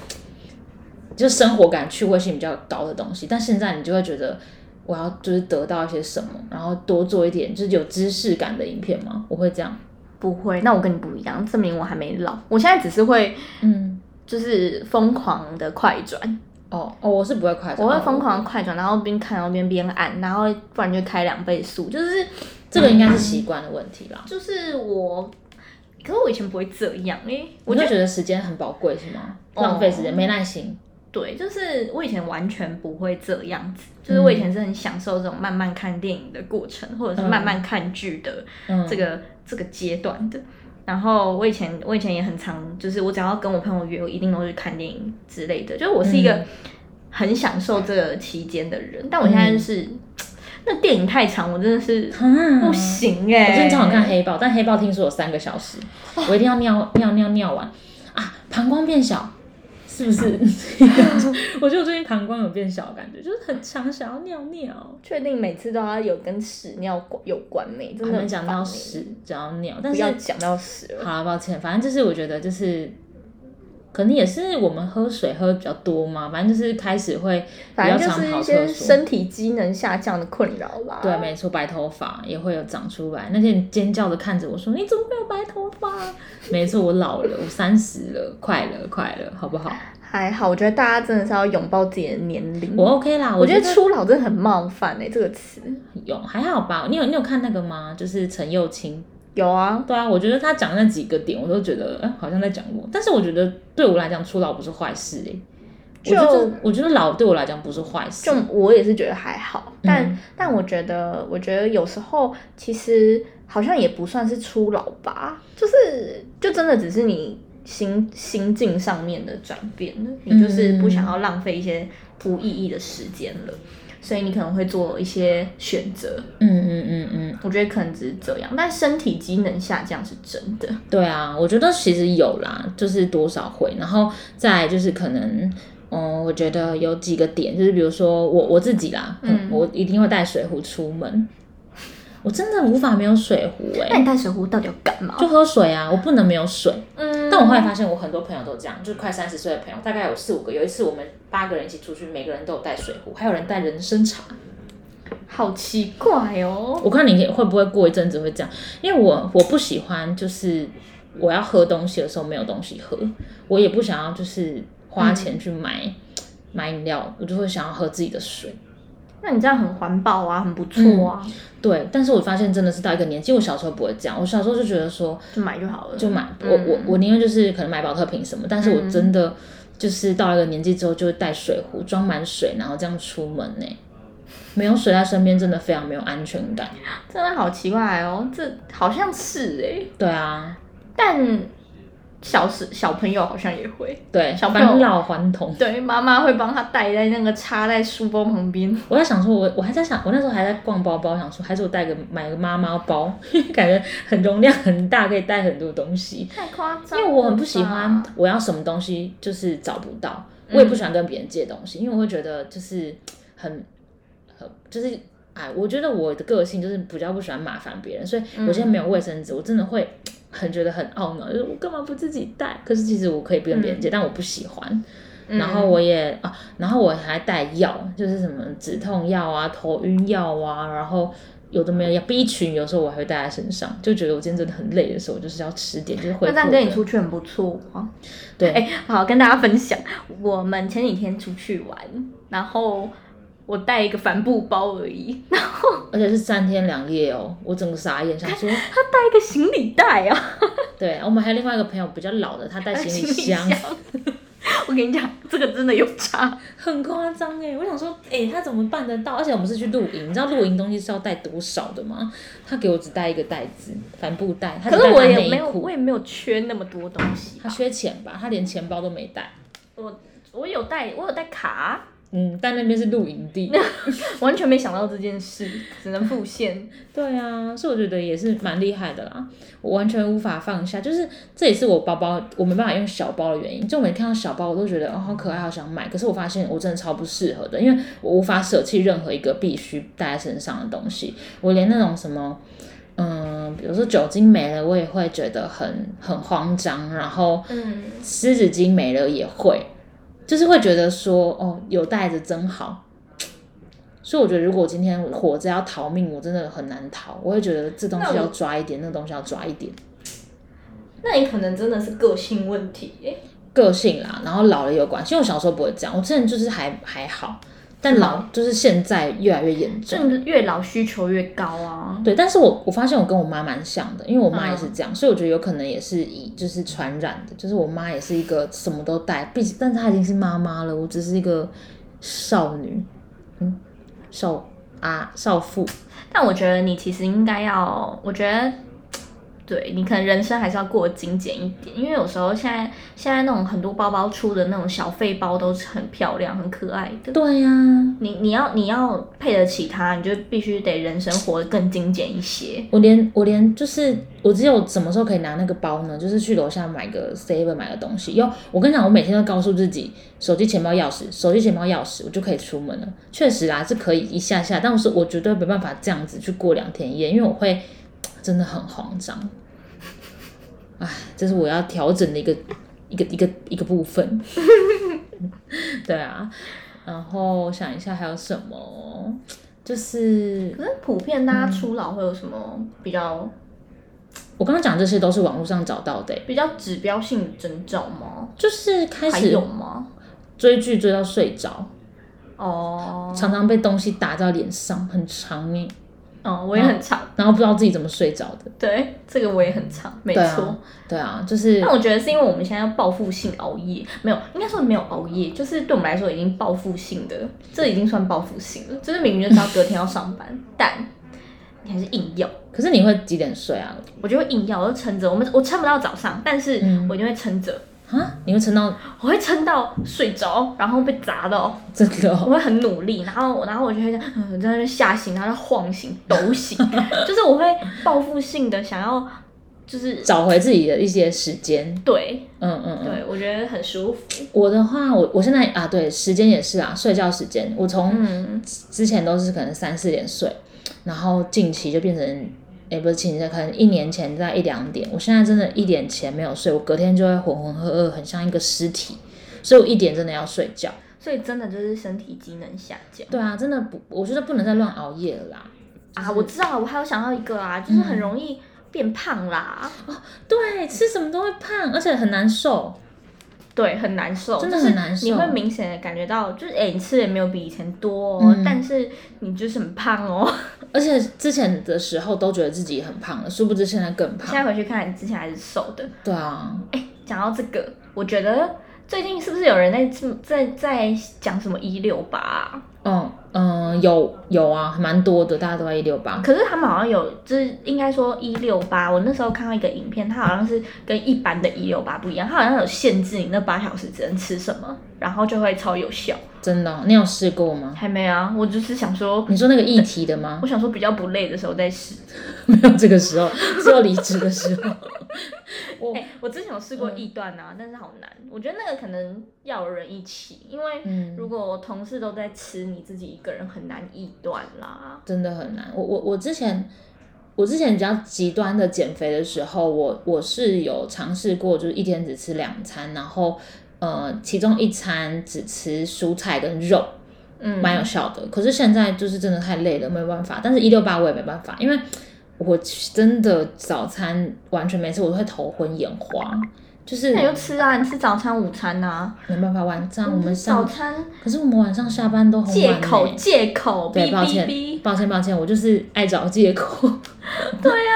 [SPEAKER 1] 就生活感、趣味性比较高的东西。但现在你就会觉得，我要就是得到一些什么，然后多做一点就是有知识感的影片嘛，我会这样。
[SPEAKER 2] 不会，那我跟你不一样，证明我还没老。我现在只是会
[SPEAKER 1] 嗯，
[SPEAKER 2] 就是疯狂的快转，
[SPEAKER 1] 哦哦，我是不会快转，
[SPEAKER 2] 我会疯狂地快转，然后边看然后边边按，然后不然就开两倍速，就是
[SPEAKER 1] 这个应该是习惯的问题啦。
[SPEAKER 2] 就是我，可是我以前不会这样诶、
[SPEAKER 1] 我
[SPEAKER 2] 我
[SPEAKER 1] 就
[SPEAKER 2] 就
[SPEAKER 1] 觉得时间很宝贵，是吗？
[SPEAKER 2] 哦
[SPEAKER 1] 浪费时间，没耐心。
[SPEAKER 2] 对，就是我以前完全不会这样子，就是
[SPEAKER 1] 嗯
[SPEAKER 2] 我以前是很享受这种慢慢看电影的过程，或者是慢慢看剧的
[SPEAKER 1] 嗯，
[SPEAKER 2] 这个、这个阶段的。然后我以前我以前也很常，就是我只要跟我朋友约，我一定都去看电影之类的。就是我是一个
[SPEAKER 1] 嗯
[SPEAKER 2] 很享受这个期间的人，但我现在就是、
[SPEAKER 1] 嗯
[SPEAKER 2] 那电影太长，我真的是
[SPEAKER 1] 啊
[SPEAKER 2] 不行哎、
[SPEAKER 1] 我最近常常看黑豹，但黑豹听说有三个小时，
[SPEAKER 2] 哦
[SPEAKER 1] 我一定要尿尿尿尿完啊，膀胱变小，是不
[SPEAKER 2] [LAUGHS]
[SPEAKER 1] 是？我觉得我最近膀胱有变小，感觉就是很常想要尿尿。
[SPEAKER 2] 确定每次都要有跟屎尿有关没？
[SPEAKER 1] 我
[SPEAKER 2] 真的
[SPEAKER 1] 们讲到
[SPEAKER 2] 屎，
[SPEAKER 1] 屎，讲到尿，但
[SPEAKER 2] 不
[SPEAKER 1] 是
[SPEAKER 2] 要讲到屎了。
[SPEAKER 1] 好了，抱歉，反正就是我觉得就是。可能也是我们喝水喝比较多嘛，反正就是开始会比
[SPEAKER 2] 反
[SPEAKER 1] 较
[SPEAKER 2] 正就
[SPEAKER 1] 常
[SPEAKER 2] 是
[SPEAKER 1] 跑
[SPEAKER 2] 一
[SPEAKER 1] 厕
[SPEAKER 2] 些
[SPEAKER 1] 所。
[SPEAKER 2] 身体机能下降的困扰吧。
[SPEAKER 1] 对，没错，白头发也会有长出来。那天尖叫的看着我说：“你怎么会有白头发？”没错，我老了，我三十了，快了，快了，好不好？
[SPEAKER 2] 还好，我觉得大家真的是要拥抱自己的年龄。
[SPEAKER 1] 我 OK 啦，
[SPEAKER 2] 我
[SPEAKER 1] 觉
[SPEAKER 2] 觉得初老真的很冒犯哎、这个词。
[SPEAKER 1] 有还好吧。你有你有看那个吗？就是陈幼卿。
[SPEAKER 2] 有啊，
[SPEAKER 1] 对啊，我觉得他讲那几个点，我都觉得，哎、好像在讲我。但是我觉得对我来讲，初老不是坏事哎、我觉
[SPEAKER 2] 就
[SPEAKER 1] 得我觉得老对我来讲不是坏事
[SPEAKER 2] 就。我也是觉得还好，但、
[SPEAKER 1] 嗯
[SPEAKER 2] 但我觉得，我觉得有时候其实好像也不算是初老吧，就是就真的只是你心心境上面的转变了，你就是不想要浪费一些无意义的时间了，所以你可能会做一些选择。
[SPEAKER 1] 嗯嗯嗯嗯，
[SPEAKER 2] 我觉得可能只是这样，但身体机能下降是真的。
[SPEAKER 1] 对啊，我觉得其实有啦，就是多少会，然后再来就是可能，嗯，我觉得有几个点，就是比如说我我自己啦，
[SPEAKER 2] 嗯
[SPEAKER 1] 嗯，我一定会带水壶出门，我真的无法没有水壶哎、
[SPEAKER 2] 那你带水壶到底要干嘛？
[SPEAKER 1] 就喝水啊，我不能没有水。
[SPEAKER 2] 嗯
[SPEAKER 1] 但我后来发现，我很多朋友都这样，就是快三十岁的朋友，大概有四五个。有一次我们八个人一起出去，每个人都有带水壶，还有人带人参茶。
[SPEAKER 2] 好奇怪哦。
[SPEAKER 1] 我看你会不会过一阵子会这样，因为我我不喜欢就是我要喝东西的时候没有东西喝，我也不想要就是
[SPEAKER 2] 嗯
[SPEAKER 1] 花钱去买、买饮料，我就会想要喝自己的水。
[SPEAKER 2] 那你这样很环保啊，很不错啊，
[SPEAKER 1] 对，但是我发现真的是到一个年纪，我小时候不会这样，我小时候就觉得说
[SPEAKER 2] 就买就好了。
[SPEAKER 1] 就买，
[SPEAKER 2] 嗯
[SPEAKER 1] 我我我宁愿就是可能买保特瓶什么，但是我真的就是到了一个年纪之后，就会带水壶装满水，然后这样出门呢、没有水在身边，真的非常没有安全感。
[SPEAKER 2] 真的好奇怪哦，这好像是哎、
[SPEAKER 1] 对啊，
[SPEAKER 2] 但小时小朋友好像也会，
[SPEAKER 1] 对，
[SPEAKER 2] 小朋友
[SPEAKER 1] 返老还童。
[SPEAKER 2] 对，妈妈会帮他带在那个插在书包旁边。
[SPEAKER 1] 我在想说我，我还在想，我那时候还在逛包包，想说还是我带个买个妈妈包， [LAUGHS] 感觉很容量很大，可以带很多东西。
[SPEAKER 2] 太夸
[SPEAKER 1] 因
[SPEAKER 2] 张了吧，
[SPEAKER 1] 为我很不喜欢我要什么东西就是找不到，我也不喜欢跟别人借东西，因为我会觉得就是很很就是哎，我觉得我的个性就是比较不喜欢麻烦别人，所以我现在没有卫生纸，我真的会很觉得很懊恼，就是我干嘛不自己带？可是其实我可以不跟别人借，但我不喜欢。
[SPEAKER 2] 嗯，
[SPEAKER 1] 然后我也啊，然后我还带药，就是什么止痛药啊、头晕药啊，然后有的没有药，B 群有时候我还会带在身上，就觉得我今天真的很累的时候，我就是要吃点，就是会。
[SPEAKER 2] 那这样跟你出去很不错啊。
[SPEAKER 1] 对，
[SPEAKER 2] [LAUGHS] 哎、好，跟大家分享，我们前几天出去玩，然后我带一个帆布包而已，然后
[SPEAKER 1] 而且是三天两夜哦，我整个傻眼，想
[SPEAKER 2] [LAUGHS]
[SPEAKER 1] 说，
[SPEAKER 2] 他带一个行李袋 [LAUGHS] 啊，
[SPEAKER 1] 对我们还有另外一个朋友比较老的，他带行李箱，
[SPEAKER 2] [LAUGHS] 我跟你讲，这个真的有差，
[SPEAKER 1] 很夸张哎，我想说，哎、他怎么办得到？而且我们是去露营，你知道露营东西是要带多少的吗？他给我只带一个袋子，帆布袋，他
[SPEAKER 2] 可
[SPEAKER 1] 只
[SPEAKER 2] 是
[SPEAKER 1] 带
[SPEAKER 2] 我
[SPEAKER 1] 他
[SPEAKER 2] 也没
[SPEAKER 1] 内
[SPEAKER 2] 有，
[SPEAKER 1] 裤
[SPEAKER 2] 我，也没有缺那么多东西
[SPEAKER 1] 他。缺钱吧，他连钱包都没带。
[SPEAKER 2] 我我有带，我有带卡，啊
[SPEAKER 1] 嗯，但那边是露营地，
[SPEAKER 2] 完全没想到这件事，只能复现。
[SPEAKER 1] 对啊，所以我觉得也是蛮厉害的啦，我完全无法放下，就是这也是我包包我没办法用小包的原因。就我每看到小包，我都觉得哦好可爱，好想买。可是我发现我真的超不适合的，因为我无法舍弃任何一个必须带在身上的东西。我连那种什么，嗯，比如说酒精没了，我也会觉得很很慌张，然后
[SPEAKER 2] 嗯
[SPEAKER 1] 湿纸巾没了也会，就是会觉得说哦有带着真好。所以我觉得，如果今天活着要逃命，我真的很难逃。我会觉得这东西
[SPEAKER 2] 那我
[SPEAKER 1] 要抓一点，那个东西要抓一点，
[SPEAKER 2] 那你可能真的是个性问题耶、
[SPEAKER 1] 个性啦，然后老了有关系。因为我小时候不会这样，我之前就是还还好，但老就是现在越来越严重。
[SPEAKER 2] 正越老需求越高啊。
[SPEAKER 1] 对，但是我我发现我跟我妈蛮像的，因为我妈
[SPEAKER 2] 嗯
[SPEAKER 1] 也是这样，所以我觉得有可能也是以就是传染的，就是我妈也是一个什么都带，毕竟但她已经是妈妈了，我只是一个少女，嗯，少啊少妇，
[SPEAKER 2] 但我觉得你其实应该要，我觉得。对你可能人生还是要过得精简一点，因为有时候现在现在那种很多包包出的那种小费包都是很漂亮、很可爱的。
[SPEAKER 1] 对呀、
[SPEAKER 2] 你你要你要配得起它，你就必须得人生活得更精简一些。
[SPEAKER 1] 我连我连就是我只有什么时候可以拿那个包呢？就是去楼下买个 seven 买个东西。哟，我跟你讲，我每天都告诉自己，手机、钱包、钥匙，手机、钱包、钥匙，我就可以出门了。确实啦，是可以一下下，但是我绝对没办法这样子去过两天一夜，因为我会真的很慌张。唉，这是我要调整的一个一个一个一个部分。 [LAUGHS] 对啊，然后我想一下还有什么，就是
[SPEAKER 2] 可是普遍大家初老会有什么比较
[SPEAKER 1] 我刚刚讲这些都是网络上找到的欸、
[SPEAKER 2] 比较指标性的征兆吗？
[SPEAKER 1] 就是开
[SPEAKER 2] 还
[SPEAKER 1] 始
[SPEAKER 2] 有吗？
[SPEAKER 1] 追剧追到睡着，
[SPEAKER 2] 哦，
[SPEAKER 1] 常常被东西打到脸上，很长哎，
[SPEAKER 2] 嗯，我也很长， [LAUGHS]
[SPEAKER 1] 然后不知道自己怎么睡着的。
[SPEAKER 2] 对，这个我也很长，没
[SPEAKER 1] 对
[SPEAKER 2] 错。
[SPEAKER 1] 啊，对啊，就是
[SPEAKER 2] 但我觉得是因为我们现在要报复性熬夜，没有，应该说没有熬夜，就是对我们来说已经报复性的，这已经算报复性了，就是明明就知道隔天要上
[SPEAKER 1] [LAUGHS]
[SPEAKER 2] 班，但你还是硬要。
[SPEAKER 1] 可是你会几点睡啊？
[SPEAKER 2] 我就会硬要，我就撑着。我们我撑不到早上，但是
[SPEAKER 1] 嗯
[SPEAKER 2] 我一定会撑着，
[SPEAKER 1] 啊，你会撑到
[SPEAKER 2] 我会撑到睡着，然后被砸到，
[SPEAKER 1] 这个
[SPEAKER 2] 我 [LAUGHS]
[SPEAKER 1] 哦、
[SPEAKER 2] 会很努力，然后然后我就会这样，嗯，在那边吓醒，然后就
[SPEAKER 1] [LAUGHS]
[SPEAKER 2] 晃醒、抖醒，就是我会报复性的想要，就是
[SPEAKER 1] 找回自己的一些时间。
[SPEAKER 2] 对
[SPEAKER 1] 嗯嗯嗯，
[SPEAKER 2] 对，我觉得很舒服。
[SPEAKER 1] 我的话，我我现在啊，对，时间也是啊，睡觉时间，我从
[SPEAKER 2] 嗯，
[SPEAKER 1] 之前都是可能三四点睡，然后近期就变成，也不是近期，可能一年前在一两点，我现在真的一点前没有睡，我隔天就会浑浑噩噩，很像一个尸体，所以我一点真的要睡觉。
[SPEAKER 2] 所以真的就是身体机能下降
[SPEAKER 1] 对啊，真的不，我觉得不能再乱熬夜了啦。
[SPEAKER 2] 啊！我知道，我还有想到一个啊，就是很容易变胖啦，
[SPEAKER 1] 嗯对，吃什么都会胖，而且很难受。
[SPEAKER 2] 对，很难受，
[SPEAKER 1] 真的
[SPEAKER 2] 就是
[SPEAKER 1] 很难受
[SPEAKER 2] 你会明显的感觉到，就是哎、你吃的也没有比以前多、哦，
[SPEAKER 1] 嗯
[SPEAKER 2] 但是你就是很胖哦。
[SPEAKER 1] 而且之前的时候都觉得自己很胖了，殊不知现在更
[SPEAKER 2] 现
[SPEAKER 1] 胖。
[SPEAKER 2] 在回去看，你之前还是瘦的。
[SPEAKER 1] 对啊，
[SPEAKER 2] 讲到这个，我觉得最近是不是有人在在在讲什么一六八啊？
[SPEAKER 1] 嗯嗯，有有啊，蛮多的，大家都在一六八。
[SPEAKER 2] 可是他们好像有，就是应该说一六八。我那时候看到一个影片，它好像是跟一般的一六八不一样，它好像有限制你那八小时只能吃什么，然后就会超有效。
[SPEAKER 1] 真的哦、你有试过吗？
[SPEAKER 2] 还没
[SPEAKER 1] 嗯
[SPEAKER 2] 啊，我就是想说，
[SPEAKER 1] 你说那个议题的吗
[SPEAKER 2] 我？想说比较不累的时候再试。
[SPEAKER 1] [LAUGHS] 没有这个时候，只有离职的时
[SPEAKER 2] [LAUGHS]
[SPEAKER 1] 候。我
[SPEAKER 2] 哎、我之前有试过异段啊，但是好难。我觉得那个可能要有人一起，因为
[SPEAKER 1] 嗯
[SPEAKER 2] 如果同事都在吃，你自己一个人很难异段啦。
[SPEAKER 1] 真的很难。我我我之前我之前比较极端的减肥的时候，我我是有尝试过，就是一天只吃两餐，然后呃，其中一餐只吃蔬菜跟肉，
[SPEAKER 2] 嗯，
[SPEAKER 1] 蛮有效的。可是现在就是真的太累了，没有办法。但是一六八我也没办法，因为我真的早餐完全没吃，我会头昏眼花，就是
[SPEAKER 2] 那你就吃啊，你吃早餐、午餐啊。
[SPEAKER 1] 没办法。晚嗯上我们
[SPEAKER 2] 早
[SPEAKER 1] 上，
[SPEAKER 2] 餐
[SPEAKER 1] 可是我们晚上下班都很
[SPEAKER 2] 借
[SPEAKER 1] 晚、
[SPEAKER 2] 口
[SPEAKER 1] 欸。
[SPEAKER 2] 借口，
[SPEAKER 1] 对，
[SPEAKER 2] 哦哔
[SPEAKER 1] 抱
[SPEAKER 2] 哔
[SPEAKER 1] 歉
[SPEAKER 2] 哔，。
[SPEAKER 1] 抱歉，抱歉，我就是爱找借口。 [LAUGHS] 啊对啊，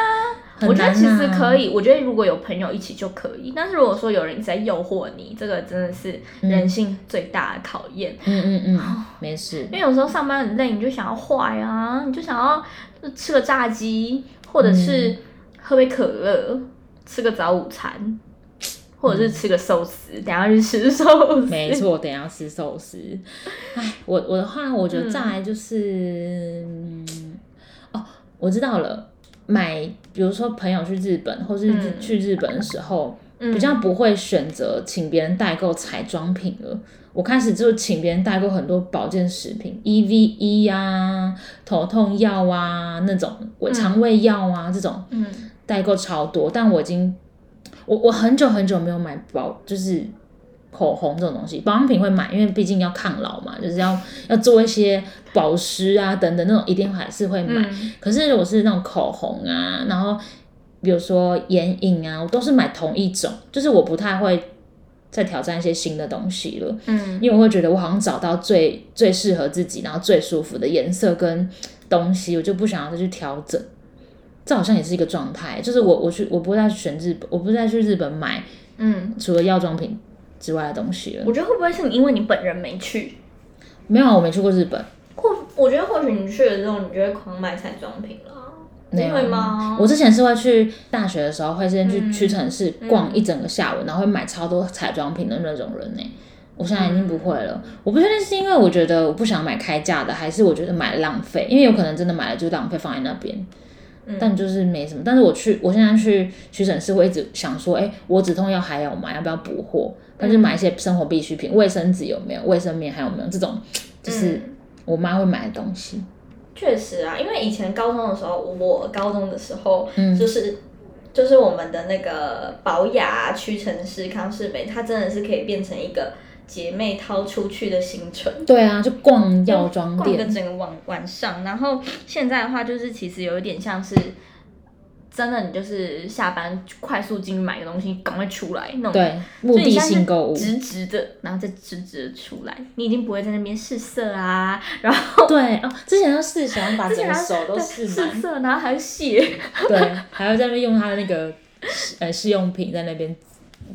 [SPEAKER 2] 我觉得其实可。以，我觉得如果有朋友一起就可以。但是如果说有人在诱惑你，这个真的是人性最大的考验。
[SPEAKER 1] 嗯嗯嗯，没事
[SPEAKER 2] 哦因。为有时候上班很累，你就想要坏啊，你就想要吃个炸
[SPEAKER 1] 嗯
[SPEAKER 2] 鸡，或者是喝杯可乐，吃个早午餐，或者是吃个寿司，等一下去吃寿司。
[SPEAKER 1] 嗯没错，等一下吃寿司。哎，我我的话，我觉
[SPEAKER 2] 嗯
[SPEAKER 1] 得再来就是，嗯哦，我知道了，买，比如说朋友去日本，或是日
[SPEAKER 2] 嗯
[SPEAKER 1] 去日本的时候，
[SPEAKER 2] 嗯
[SPEAKER 1] 比较不会选择请别人代购彩妆品了。我开始就请别人代购很多保健食品，EVE ，E 啊、头痛药啊那种，我肠胃药啊、这种，
[SPEAKER 2] 嗯
[SPEAKER 1] 代购超多，但我已经我我很久很久没有买保就是口红这种东西，保养品会买，因为毕竟要抗老嘛，就是要要做一些保湿啊等等那种，一定还是会买。
[SPEAKER 2] 嗯
[SPEAKER 1] 可是如果是那种口红啊，然后比如说眼影啊，我都是买同一种，就是我不太会再挑战一些新的东西了。
[SPEAKER 2] 嗯
[SPEAKER 1] 因为我会觉得我好像找到最最适合自己，然后最舒服的颜色跟东西，我就不想要再去调整。这好像也是一个状态，就是我我去我不再去选日本，我不再去日本买
[SPEAKER 2] 嗯，
[SPEAKER 1] 除了药妆品之外的东西了
[SPEAKER 2] 我。觉得会不会是你因为你本人没去，
[SPEAKER 1] 没有啊，我没去过日本，
[SPEAKER 2] 或我觉得或许你去了之后，你就会狂买彩妆品了，你
[SPEAKER 1] 没有啊
[SPEAKER 2] 会吗？
[SPEAKER 1] 我之前是会去大学的时候，会先去
[SPEAKER 2] 嗯
[SPEAKER 1] 屈臣氏逛一整个下午，然后会买超多彩妆品的那种人呢、我现在已经
[SPEAKER 2] 嗯
[SPEAKER 1] 不会了，我不确定是因为我觉得我不想买开价的，还是我觉得买了浪费，因为有可能真的买了就浪费放在那边。
[SPEAKER 2] 嗯
[SPEAKER 1] 但就是没什么。但是我去，我现在去屈臣氏会一直想说，哎、我止痛药还有吗？要不要补货？但
[SPEAKER 2] 嗯
[SPEAKER 1] 是买一些生活必需品，卫生纸有没有？卫生棉还有没有？这种就是
[SPEAKER 2] 嗯
[SPEAKER 1] 我妈会买的东西。
[SPEAKER 2] 确实啊，因为以前高中的时候，我高中的时候，
[SPEAKER 1] 嗯
[SPEAKER 2] 就是就是我们的那个保雅啊、屈臣氏、康士美，它真的是可以变成一个姐妹掏出去的行程。
[SPEAKER 1] 对啊，就逛药妆
[SPEAKER 2] 哦逛个
[SPEAKER 1] 店，
[SPEAKER 2] 整个晚晚上，然后现在的话就是其实有一点像是，真的你就是下班快速进去买个东西，赶快出来那种，
[SPEAKER 1] 对，目
[SPEAKER 2] 所以
[SPEAKER 1] 的
[SPEAKER 2] 你现在是
[SPEAKER 1] 性购物。
[SPEAKER 2] 直直的，然后再直直的出来，你已经不会在那边试色啊，然后
[SPEAKER 1] 对哦，之前要试想要把
[SPEAKER 2] 之
[SPEAKER 1] 整
[SPEAKER 2] 前
[SPEAKER 1] 个
[SPEAKER 2] 还
[SPEAKER 1] 手都
[SPEAKER 2] 对
[SPEAKER 1] 试
[SPEAKER 2] 试
[SPEAKER 1] 满，
[SPEAKER 2] 色，然后还要卸，
[SPEAKER 1] 对，还要在那边用她的那个呃试用品在那边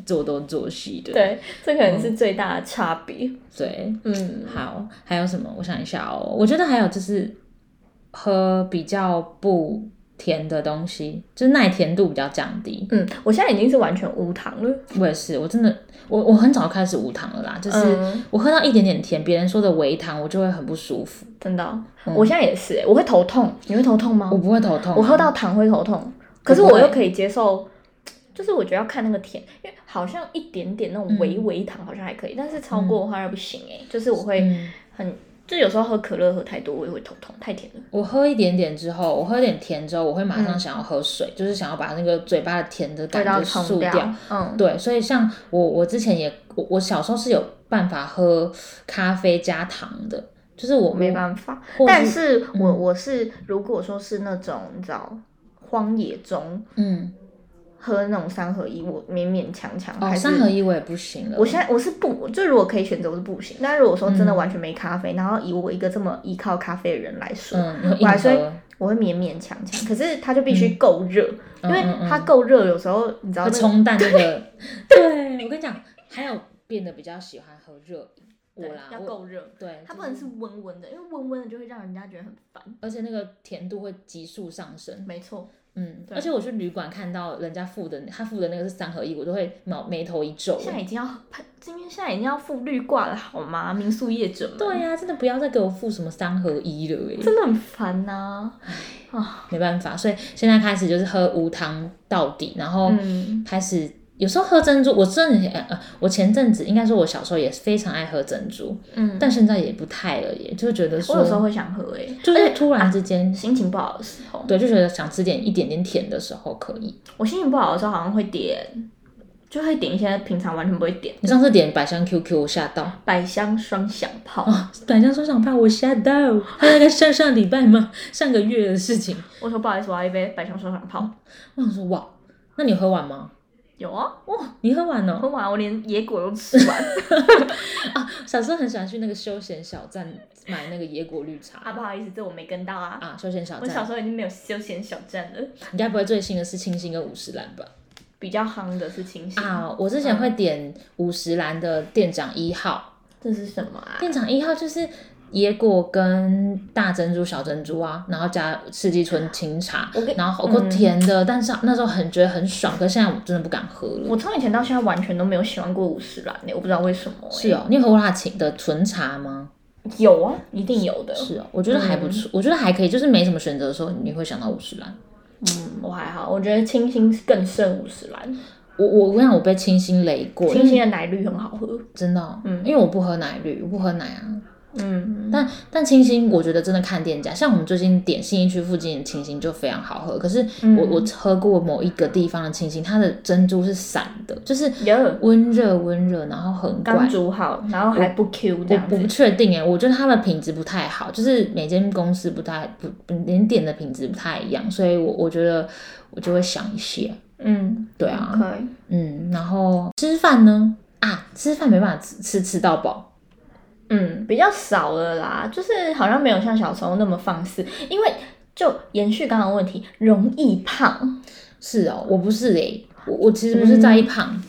[SPEAKER 1] 做东做西的。
[SPEAKER 2] [LAUGHS] 对，这可能是最大的差别。
[SPEAKER 1] 对，
[SPEAKER 2] 嗯
[SPEAKER 1] 好，还有什么？我想一下哦，我觉得还有就是喝比较不甜的东西，就是耐甜度比较降低。
[SPEAKER 2] 嗯，我现在已经是完全无糖了。
[SPEAKER 1] 我也是，我真的，我我很早开始无糖了啦，就是
[SPEAKER 2] 嗯
[SPEAKER 1] 我喝到一点点甜，别人说的微糖，我就会很不舒服，
[SPEAKER 2] 真的哦、我现在也是、欸，我会头痛，你会头痛吗？
[SPEAKER 1] 我不会头痛啊、
[SPEAKER 2] 我喝到糖会头痛，可是
[SPEAKER 1] 我不
[SPEAKER 2] 我
[SPEAKER 1] 会
[SPEAKER 2] 又可以接受，就是我觉得要看那个甜，因为好像一点点那种微微糖好像还可以，但是超过的话又不行哎、就是我会
[SPEAKER 1] 嗯
[SPEAKER 2] 很，就有时候喝可乐喝太多我也会头痛，太甜了。
[SPEAKER 1] 我喝一点点之后，我喝一点甜之后，我会马上想要喝水，就是想要把那个嘴巴的甜的感
[SPEAKER 2] 嗯味道
[SPEAKER 1] 觉
[SPEAKER 2] 冲
[SPEAKER 1] 漱
[SPEAKER 2] 掉，嗯，
[SPEAKER 1] 对，所以像我，我之前也，我我小时候是有办法喝咖啡加糖的，就是我
[SPEAKER 2] 我没
[SPEAKER 1] 法，
[SPEAKER 2] 办法
[SPEAKER 1] 或，
[SPEAKER 2] 但
[SPEAKER 1] 是嗯
[SPEAKER 2] 是我我是如果说是那种你知道荒野中
[SPEAKER 1] 嗯，
[SPEAKER 2] 喝那种三合一，我勉勉强强
[SPEAKER 1] 哦，
[SPEAKER 2] 还是
[SPEAKER 1] 三合一我也不行了，
[SPEAKER 2] 我现在我是不，就如果可以选择，我是不行。但如果说真的
[SPEAKER 1] 嗯
[SPEAKER 2] 完全没咖啡，然后以我一个这么依靠咖啡的人来说，
[SPEAKER 1] 嗯，你会
[SPEAKER 2] 我还
[SPEAKER 1] 硬
[SPEAKER 2] 是会
[SPEAKER 1] 喝，
[SPEAKER 2] 我会勉勉强强。可是它就必须够热，因为
[SPEAKER 1] 嗯嗯
[SPEAKER 2] 它够热，有时候你知道
[SPEAKER 1] 会
[SPEAKER 2] 那个
[SPEAKER 1] 冲淡那
[SPEAKER 2] [LAUGHS]
[SPEAKER 1] 个，对我跟你讲，还有变得比较喜欢喝热饮，我
[SPEAKER 2] 对
[SPEAKER 1] 啦，嗯
[SPEAKER 2] 要
[SPEAKER 1] 我
[SPEAKER 2] 够热，
[SPEAKER 1] 对，
[SPEAKER 2] 它
[SPEAKER 1] 就
[SPEAKER 2] 不能是温温的，因为温温的就会让人家觉得很烦。
[SPEAKER 1] 而且那个甜度会急速上升，
[SPEAKER 2] 没错，
[SPEAKER 1] 嗯，
[SPEAKER 2] 对
[SPEAKER 1] 而且我去旅馆看到人家付的，他付的那个是三合一，我都会毛眉头一皱，
[SPEAKER 2] 现在已经要今天现在已经要付绿挂了好吗？民宿业者们，
[SPEAKER 1] 对啊呀、真的不要再给我付什么三合一了、欸，
[SPEAKER 2] 真的很烦呐、啊。
[SPEAKER 1] 没办法，所以现在开始就是喝无糖到底，然后
[SPEAKER 2] 嗯
[SPEAKER 1] 开始有时候喝珍珠。我真的呃，呃我前阵子应该说，我小时候也非常爱喝珍珠，
[SPEAKER 2] 嗯，
[SPEAKER 1] 但现在也不太了耶，也就觉得说，
[SPEAKER 2] 我有时候会想喝诶、欸
[SPEAKER 1] 就
[SPEAKER 2] 而
[SPEAKER 1] 是
[SPEAKER 2] 且
[SPEAKER 1] 突然之间，
[SPEAKER 2] 心情不好的时候，
[SPEAKER 1] 对，就觉得想吃点一点点甜的时候可以。
[SPEAKER 2] 我心情不好的时候好像会点，就会点一些平常完全不会点
[SPEAKER 1] 你上次点百香 QQ，我吓到，
[SPEAKER 2] 百香双响炮。
[SPEAKER 1] 百香双响炮，我吓到，它大概上上礼拜吗？ [LAUGHS] 上个月的事情，
[SPEAKER 2] 我说不好意思，我要一杯百香双响炮。
[SPEAKER 1] 我想说哇，那你有喝完吗？
[SPEAKER 2] 有啊，哇，
[SPEAKER 1] 你喝完了、哦
[SPEAKER 2] 喝完我连野果都吃
[SPEAKER 1] [LAUGHS]
[SPEAKER 2] 完，
[SPEAKER 1] 啊，小时候很喜欢去那个休闲小站买那个野果绿茶
[SPEAKER 2] 啊，不好意思，这我没跟到啊。
[SPEAKER 1] 啊，休闲小
[SPEAKER 2] 我小
[SPEAKER 1] 站。
[SPEAKER 2] 时候已经没有休闲小站了，
[SPEAKER 1] 你该不会最新的是清新跟五十岚吧？
[SPEAKER 2] 比较夯的是清醒。
[SPEAKER 1] 啊，我之前
[SPEAKER 2] 嗯
[SPEAKER 1] 会点五十岚的店长一号，
[SPEAKER 2] 这是什么啊？
[SPEAKER 1] 店长一号就是椰果跟大珍珠、小珍珠啊，然后加四季春清茶
[SPEAKER 2] 我跟，
[SPEAKER 1] 然后火锅
[SPEAKER 2] 嗯
[SPEAKER 1] 甜的，但是那时候很觉得很爽，可是现在我真的不敢喝了。
[SPEAKER 2] 我从以前到现在完全都没有喜欢过五十岚的，欸我不知道为什么、
[SPEAKER 1] 是，哦，你有喝过它的清的纯茶吗？
[SPEAKER 2] 有啊，一定有的。
[SPEAKER 1] 是哦，我觉得还不错，我觉得还可以，就是没什么选择的时候，你会想到五十岚。
[SPEAKER 2] 嗯，我还好，我觉得清新更胜五十岚，
[SPEAKER 1] 我我我想我被清新累过，
[SPEAKER 2] 清新的奶绿很好喝。
[SPEAKER 1] 真的哦、
[SPEAKER 2] 嗯
[SPEAKER 1] 因为我不喝奶绿，我不喝奶啊。
[SPEAKER 2] 嗯，
[SPEAKER 1] 但但清新，我觉得真的看店家，像我们最近点信义区附近的清新就非常好喝。可是我、
[SPEAKER 2] 嗯
[SPEAKER 1] 我喝过某一个地方的清新，它的珍珠是散的，就是
[SPEAKER 2] 有
[SPEAKER 1] 温热温热，然后很怪
[SPEAKER 2] 刚。煮好，然后还不 Q 这
[SPEAKER 1] 我
[SPEAKER 2] 样
[SPEAKER 1] 我
[SPEAKER 2] 子
[SPEAKER 1] 不。确定哎，我觉得它的品质不太好，就是每间公司不太不不连店的品质不太一样，所以我我觉得我就会想一些，
[SPEAKER 2] 嗯，
[SPEAKER 1] 对啊
[SPEAKER 2] 可以。
[SPEAKER 1] 嗯，然后吃饭呢啊，吃饭没办法吃吃吃到饱，
[SPEAKER 2] 嗯，比较少了啦，就是好像没有像小时候那么放肆，因为就延续刚刚的问题，容易胖。
[SPEAKER 1] 是哦，我不是诶、我我其实不是
[SPEAKER 2] 嗯
[SPEAKER 1] 在意胖，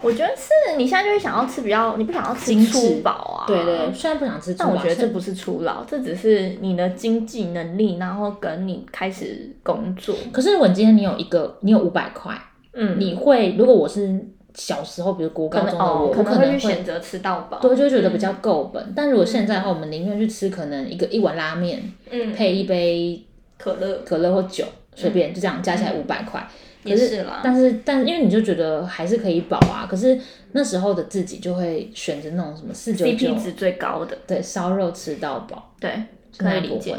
[SPEAKER 2] 我觉得是你现在就会想要吃比较，你不想要
[SPEAKER 1] 精
[SPEAKER 2] 吃
[SPEAKER 1] 致
[SPEAKER 2] 粗饱啊，
[SPEAKER 1] 对对，虽然不想吃粗
[SPEAKER 2] 但
[SPEAKER 1] 饱，
[SPEAKER 2] 我觉得这
[SPEAKER 1] 是
[SPEAKER 2] 不是初老，这只是你的经济能力，然后跟你开始工作，
[SPEAKER 1] 可是我今天你有一个，你有五百块，
[SPEAKER 2] 嗯，
[SPEAKER 1] 你会如果我是小时候，比如国
[SPEAKER 2] 可
[SPEAKER 1] 高
[SPEAKER 2] 能
[SPEAKER 1] 中的我，
[SPEAKER 2] 哦，
[SPEAKER 1] 我
[SPEAKER 2] 可能
[SPEAKER 1] 能
[SPEAKER 2] 去选择嗯吃到饱，
[SPEAKER 1] 对，就会觉得比较够本。但如果现在的话，我们宁愿去吃可能一个一碗拉面
[SPEAKER 2] 嗯，
[SPEAKER 1] 配一杯
[SPEAKER 2] 可乐
[SPEAKER 1] 可乐或酒，随便就这样加起来五百块。
[SPEAKER 2] 嗯也
[SPEAKER 1] 可
[SPEAKER 2] 是啦
[SPEAKER 1] 但是但因为你就觉得还是可以饱啊，可是那时候的自己就会选择那种什么四九九
[SPEAKER 2] ，CP 值最高的，
[SPEAKER 1] 对烧肉吃到饱，
[SPEAKER 2] 对，
[SPEAKER 1] 现
[SPEAKER 2] 可
[SPEAKER 1] 在
[SPEAKER 2] 以理
[SPEAKER 1] 不
[SPEAKER 2] 解
[SPEAKER 1] 会。。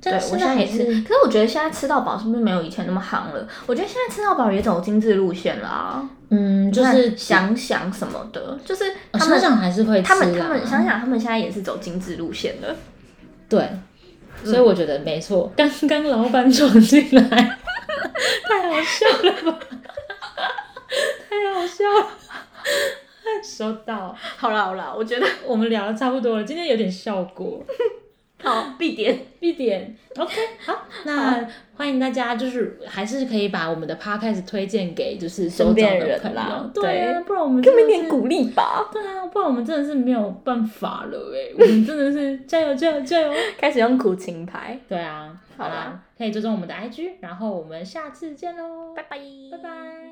[SPEAKER 2] 对，
[SPEAKER 1] 但
[SPEAKER 2] 我
[SPEAKER 1] 现
[SPEAKER 2] 现在
[SPEAKER 1] 还
[SPEAKER 2] 也是，可是我觉得现在吃到饱是不是没有以前那么行了？我觉得现在吃到饱也走精致路线了啊，
[SPEAKER 1] 嗯，就
[SPEAKER 2] 你看
[SPEAKER 1] 是
[SPEAKER 2] 想想什么的，就是
[SPEAKER 1] 哦
[SPEAKER 2] 他
[SPEAKER 1] 想
[SPEAKER 2] 们
[SPEAKER 1] 想还是会吃啊
[SPEAKER 2] 他们
[SPEAKER 1] 啦
[SPEAKER 2] 他们想想他们现在也是走精致路线的， [LAUGHS]
[SPEAKER 1] 对，所以我觉得没错。刚刚老板闯进来， [LAUGHS] 太好笑了吧？太好笑了。收到，
[SPEAKER 2] 好啦好啦，我觉得
[SPEAKER 1] 我们聊的差不多了，今天有点效果，
[SPEAKER 2] 好必点，
[SPEAKER 1] 必点 OK。好，那欢迎大家，就是还是可以把我们的 podcast 推荐给就是周
[SPEAKER 2] 身
[SPEAKER 1] 遭
[SPEAKER 2] 边
[SPEAKER 1] 的
[SPEAKER 2] 人
[SPEAKER 1] 朋
[SPEAKER 2] 啦
[SPEAKER 1] 友，对啊，
[SPEAKER 2] 对
[SPEAKER 1] 不然我们
[SPEAKER 2] 给我们一
[SPEAKER 1] 真的
[SPEAKER 2] 点
[SPEAKER 1] 是
[SPEAKER 2] 鼓励吧，
[SPEAKER 1] 对啊，不然我们真的是没有办法了哎，我们真的是加油加油加油！
[SPEAKER 2] 开始用苦情牌，
[SPEAKER 1] 对啊，好
[SPEAKER 2] 好
[SPEAKER 1] 啦
[SPEAKER 2] 啦，
[SPEAKER 1] 可以追踪我们的 IG，然后我们下次见喽，
[SPEAKER 2] 拜拜
[SPEAKER 1] 拜拜